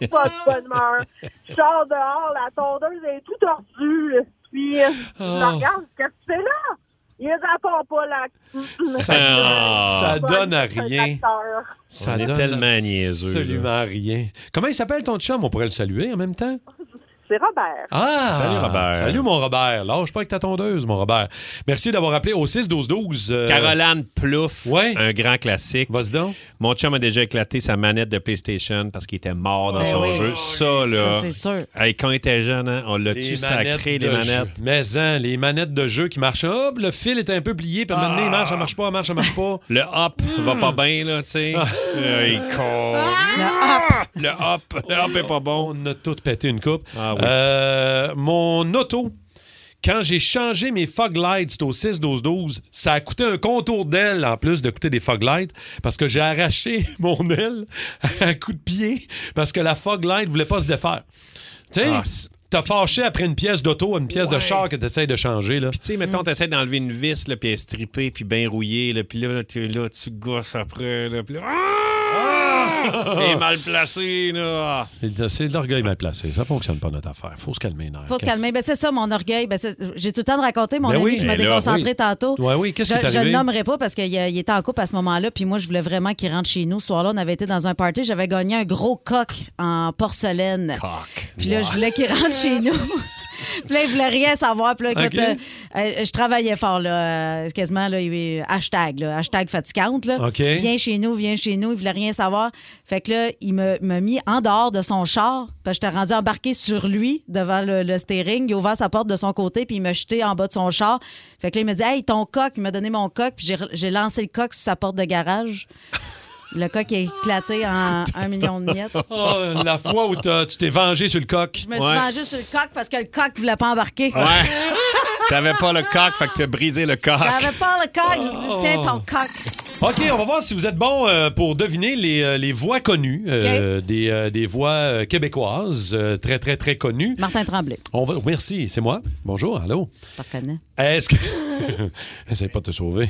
était pas de bonne humeur. Je sors dehors, la tondeuse est tout tordue, puis euh, je la regarde, qu'est-ce que c'est là? Il la part pas, là.
Ça- ça donne à
C'est un
rien.
acteur.
Ça
Ah! On est
donne
tellement niaiseux, là.
Absolument rien. Comment il s'appelle ton chum? On pourrait le saluer en même temps.
C'est Robert.
Ah!
Salut, Robert.
Salut, mon Robert. Lâche pas avec ta tondeuse, mon Robert. Merci d'avoir appelé au 6-12-12. euh,
Caroline Plouf,
Ouais.
un grand classique.
Vas-y donc.
Mon chum a déjà éclaté sa manette de PlayStation parce qu'il était mort dans
Ben
son
oui.
jeu. Ça, là.
Ça, c'est sûr.
hey, quand il était jeune, hein, on l'a-tu sacré, les
de
manettes?
jeu. Mais hein, les manettes de jeu qui marchent. Hop, le fil est un peu plié, puis à un moment donné, il marche, ça marche pas, elle marche, ça marche pas.
Le hop va pas bien, là, tu sais. Hey, con.
Ah!
Le hop. Le hop. est pas bon. Ah
On a tout pété une coupe.
oui.
Euh, mon auto, quand j'ai changé mes fog lights, c'était au 6-12-12, ça a coûté un contour d'aile en plus de coûter des fog lights parce que j'ai arraché mon aile à un coup de pied parce que la fog light voulait pas se défaire. Tu sais,
Ah, c'est-
t'as fâché après une pièce d'auto, une pièce de
Ouais.
char que t'essayes de changer. Là.
Puis, tu sais,
Mm.
mettons, t'essaies d'enlever une vis, là, puis elle est strippée, puis bien rouillée, là, puis là, tu là, tu gosses après, là, puis là, ah! Il est mal placé, là.
C'est de- c'est de l'orgueil mal placé. Ça fonctionne pas, notre affaire. Faut se calmer, non.
Faut se calmer. Ben, c'est ça, mon orgueil. Ben, c'est- J'ai tout le temps de raconter mon
Ben
ami
oui.
qui m'a
Ben là,
déconcentré
oui.
tantôt.
Ouais, oui. Qu'est-ce qui
Je-
t'est
Je le
arrivé?
nommerai pas parce qu'il il était en couple à ce moment-là. Puis moi, je voulais vraiment qu'il rentre chez nous. Ce soir-là, on avait été dans un party. J'avais gagné un gros coq en porcelaine. Puis là,
Wow.
je voulais qu'il rentre chez nous. Puis là, il voulait rien savoir. Puis là, écoute,
Ok.
euh, euh, je travaillais fort, là, euh, quasiment, là, il- hashtag, là, hashtag fatigante. Là.
Ok.
Viens chez nous, viens chez nous. Il voulait rien savoir. Fait que là, il me- m'a mis en dehors de son char. Parce que j'étais rendu embarqué sur lui devant le, le steering. Il a ouvert sa porte de son côté, puis il m'a jeté en bas de son char. Fait que là, il me dit Hey, ton coq. Il m'a donné mon coq, puis j'ai- j'ai lancé le coq sur sa porte de garage. Le coq est éclaté en un million de miettes.
Oh, la fois où t'as- tu t'es vengé sur le coq.
Je me suis vengée sur le coq parce que le coq ne voulait pas embarquer.
Ouais. T'avais pas le coq, fait que t'as brisé le coq.
Ah,
J'avais pas le coq. J'ai dit, tiens, ton coq.
OK, on va voir si vous êtes bon euh, pour deviner les, euh, les voix connues, euh, des, euh, des voix euh, québécoises, euh, très, très, très connues.
Martin Tremblay.
On va... Merci, c'est moi. Bonjour, allô.
Je te reconnais.
Est-ce que. Essaye pas de te sauver.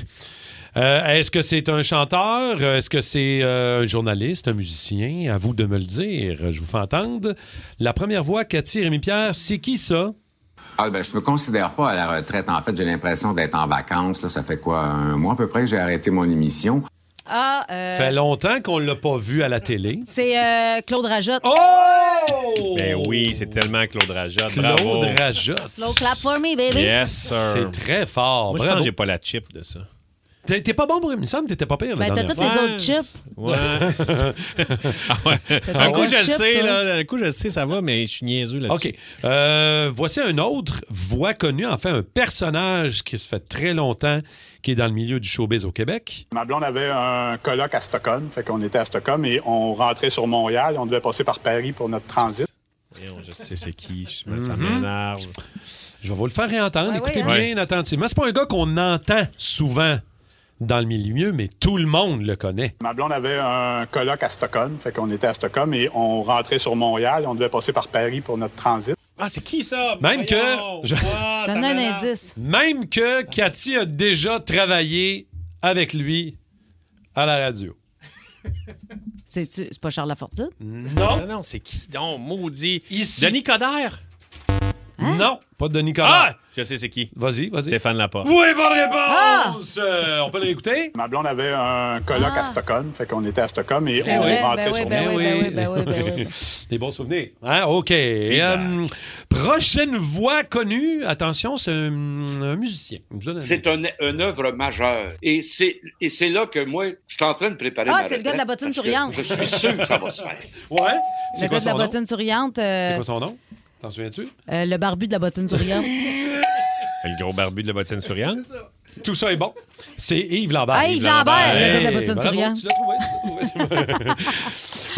Euh, Est-ce que c'est un chanteur? Est-ce que c'est euh, un journaliste, un musicien? À vous de me le dire. Je vous fais entendre. La première voix, Cathy Rémi-Pierre, c'est qui ça?
Ah, ben, je me considère pas à la retraite. En fait, j'ai l'impression d'être en vacances. Là, ça fait quoi, un mois à peu près que j'ai arrêté mon émission.
Ah, euh,
Fait longtemps qu'on l'a pas vu à la télé.
c'est euh, Claude Rajotte.
Oh!
Ben oui, c'est tellement Claude Rajotte.
Claude
Bravo.
Rajotte.
Slow clap for me, baby.
Yes, sir.
C'est très fort.
Moi, je pense
Bravo.
que j'ai pas la chip de ça.
T'es t'es pas bon pour. Il me semble que t'étais pas pire. la
Ben, t'as
dernière
toutes les
fois.
autres chips.
Ouais. Ah ouais.
T'as
Un
ton
coup, je le
chip,
sais,
toi.
là. Un coup, je le sais, ça va, mais je suis niaiseux là-dessus.
OK. Euh, voici un autre voix connue, enfin un personnage qui se fait très longtemps, qui est dans le milieu du showbiz au Québec.
Ma blonde avait un colloque à Stockholm, fait qu'on était à Stockholm et on rentrait sur Montréal. On devait passer par Paris pour notre transit.
Voyons, Je sais c'est qui, je- ça
Mhm.
m'énerve.
Je vais vous le faire réentendre.
Ouais,
Écoutez
ouais, hein.
bien attentivement. C'est pas un gars qu'on entend souvent dans le milieu, mais tout le monde le connaît.
Ma blonde avait un colloque à Stockholm, fait qu'on était à Stockholm et on rentrait sur Montréal. On devait passer par Paris pour notre transit.
Ah, c'est qui ça?
Même que- Je-
Donne un indice.
Même que Cathy a déjà travaillé avec lui à la radio.
C'est c'est pas Charles Lafortune?
Non.
Non, c'est qui donc, maudit?
Ici.
Denis Coderre?
Hein?
Non, pas de Denis Coderre.
Ah! Je sais c'est qui.
Vas-y, vas-y.
Stéphane Laporte.
Oui, bonne réponse! Euh, on peut l'écouter?
Ma blonde avait un colloque
Ah.
à Stockholm, fait qu'on était à Stockholm et
C'est
on
vrai,
rentrait
ben
sur
oui, ben
Montréal.
oui, ben oui, ben oui, ben oui. Des bons souvenirs. Hein? OK. Euh, prochaine voix connue. Attention, c'est un, un musicien. Je vous donne un-
C'est un- une œuvre majeure. Et c'est, et c'est là que moi, je suis en train de préparer.
Ah,
ma
c'est le gars de la
retraite
bottine
parce que
souriante.
Je suis sûr que ça va se faire.
Ouais.
Le gars de la bottine souriante. euh,
C'est quoi son nom? T'en souviens-tu?
euh, le barbu de la bottine souriante.
Le gros barbu de la bottine souriante.
Tout ça est bon. C'est Yves Lambert.
Ah, Yves Lambert, le gars de la
Hey,
bottine
bravo,
souriante.
tu l'as trouvé, tu l'as trouvé.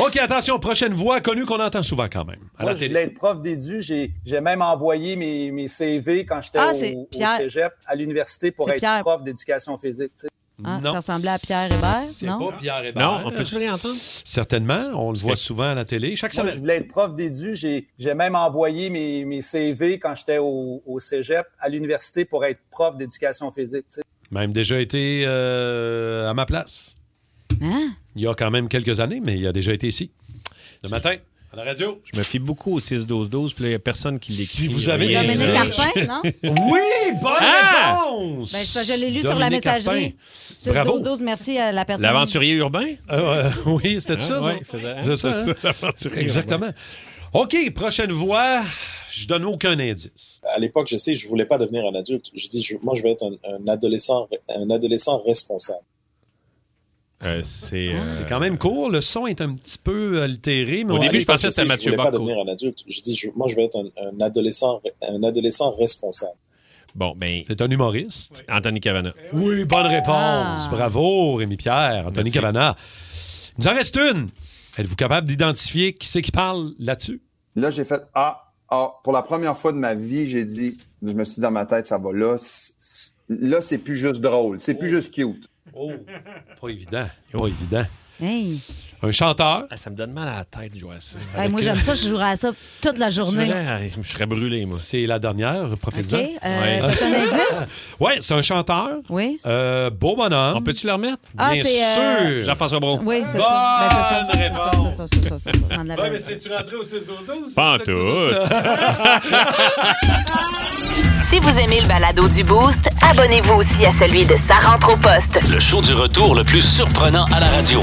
OK, attention, prochaine voix connue qu'on entend souvent quand même. À la
Moi, je
télé.
voulais être prof d'édu. J'ai, j'ai même envoyé mes, mes CV quand j'étais
Ah,
au-
c'est
au,
Pierre.
cégep, à l'université, pour
C'est
être
Pierre.
prof d'éducation physique. tu sais.
Ah, Ça ressemblait à Pierre Hébert, non?
pas
Pierre
Hébert.
Non, on peut-tu le
réentendre?
Certainement, on le voit souvent à la télé. Chaque
Moi, je
semaine.
voulais être prof d'édu. J'ai, j'ai même envoyé mes, mes CV quand j'étais au, au cégep, à l'université, pour être prof d'éducation physique. tu sais.
Même déjà été euh, à ma place.
Hein?
Il y a quand même quelques années, mais il a déjà été ici. Le matin, à la radio.
Je me fie beaucoup au 6-12-12, puis là, il n'y a personne qui l'écrit.
Si vous avez
Rien.
des Dominique
Carpin, non?
Oui, bonne
Ah!
réponse!
Ben, c'est parce que je l'ai lu sur la
Dominique
messagerie.
Carpin. Bravo.
6-12-12, merci à la personne.
L'aventurier urbain?
Euh, euh, oui, c'était
Ah,
ça.
ouais,
ça?
il faisait-
C'est ça,
c'est
hein?
ça, l'aventurier
Exactement. OK, prochaine voix. Je donne aucun indice.
À l'époque, je sais, je voulais pas devenir un adulte. Je dis, je- moi, je vais être un, un adolescent, un adolescent responsable.
Euh,
Ah,
c'est.
C'est quand même court. Le son est un petit peu altéré. Mais
Au
on-
début,
à
je
l'époque,
pensais que c'était
sais,
Mathieu
je voulais pas
Bocco.
devenir-
Un adulte, je dis, je- moi, je vais être un, un adolescent, un adolescent responsable.
Bon, ben.
C'est un humoriste.
Anthony Cavana.
Oui, bonne réponse.
Ah.
Bravo, Rémi-Pierre, Anthony
Merci.
Cavana. Il nous en reste une. Êtes-vous capable d'identifier qui c'est qui parle là-dessus?
Là, j'ai fait Ah, ah, pour la première fois de ma vie, j'ai dit, je me suis dit dans ma tête, ça va. Là, c- c- là c'est plus juste drôle, c'est plus juste cute.
Oh, pas évident. Pas évident.
Hey.
Un chanteur.
Ah, ça me donne mal à la tête de jouer à ça.
Ben, moi, j'aime
euh,
ça. Je jouerais à ça toute la journée.
Je serais brûlé, moi.
C'est la dernière, prophétisant.
Ok, euh, Ouais. t'as un indice?
Oui, c'est un chanteur.
Oui.
Euh, beau bonhomme. On peut-tu le remettre?
Ah,
Bien
c'est, euh,
sûr. Jean-François Brault.
Oui, c'est
Bonne
ça. Ben, c'est ça.
réponse.
C'est ça, c'est ça, c'est ça, c'est ça. On avait-
c'est-tu rentré au 6-12-12?
Pas en tout.
Si vous aimez le balado du Boost, abonnez-vous aussi à celui de Sa rentre au poste.
Le show du retour le plus surprenant à la radio.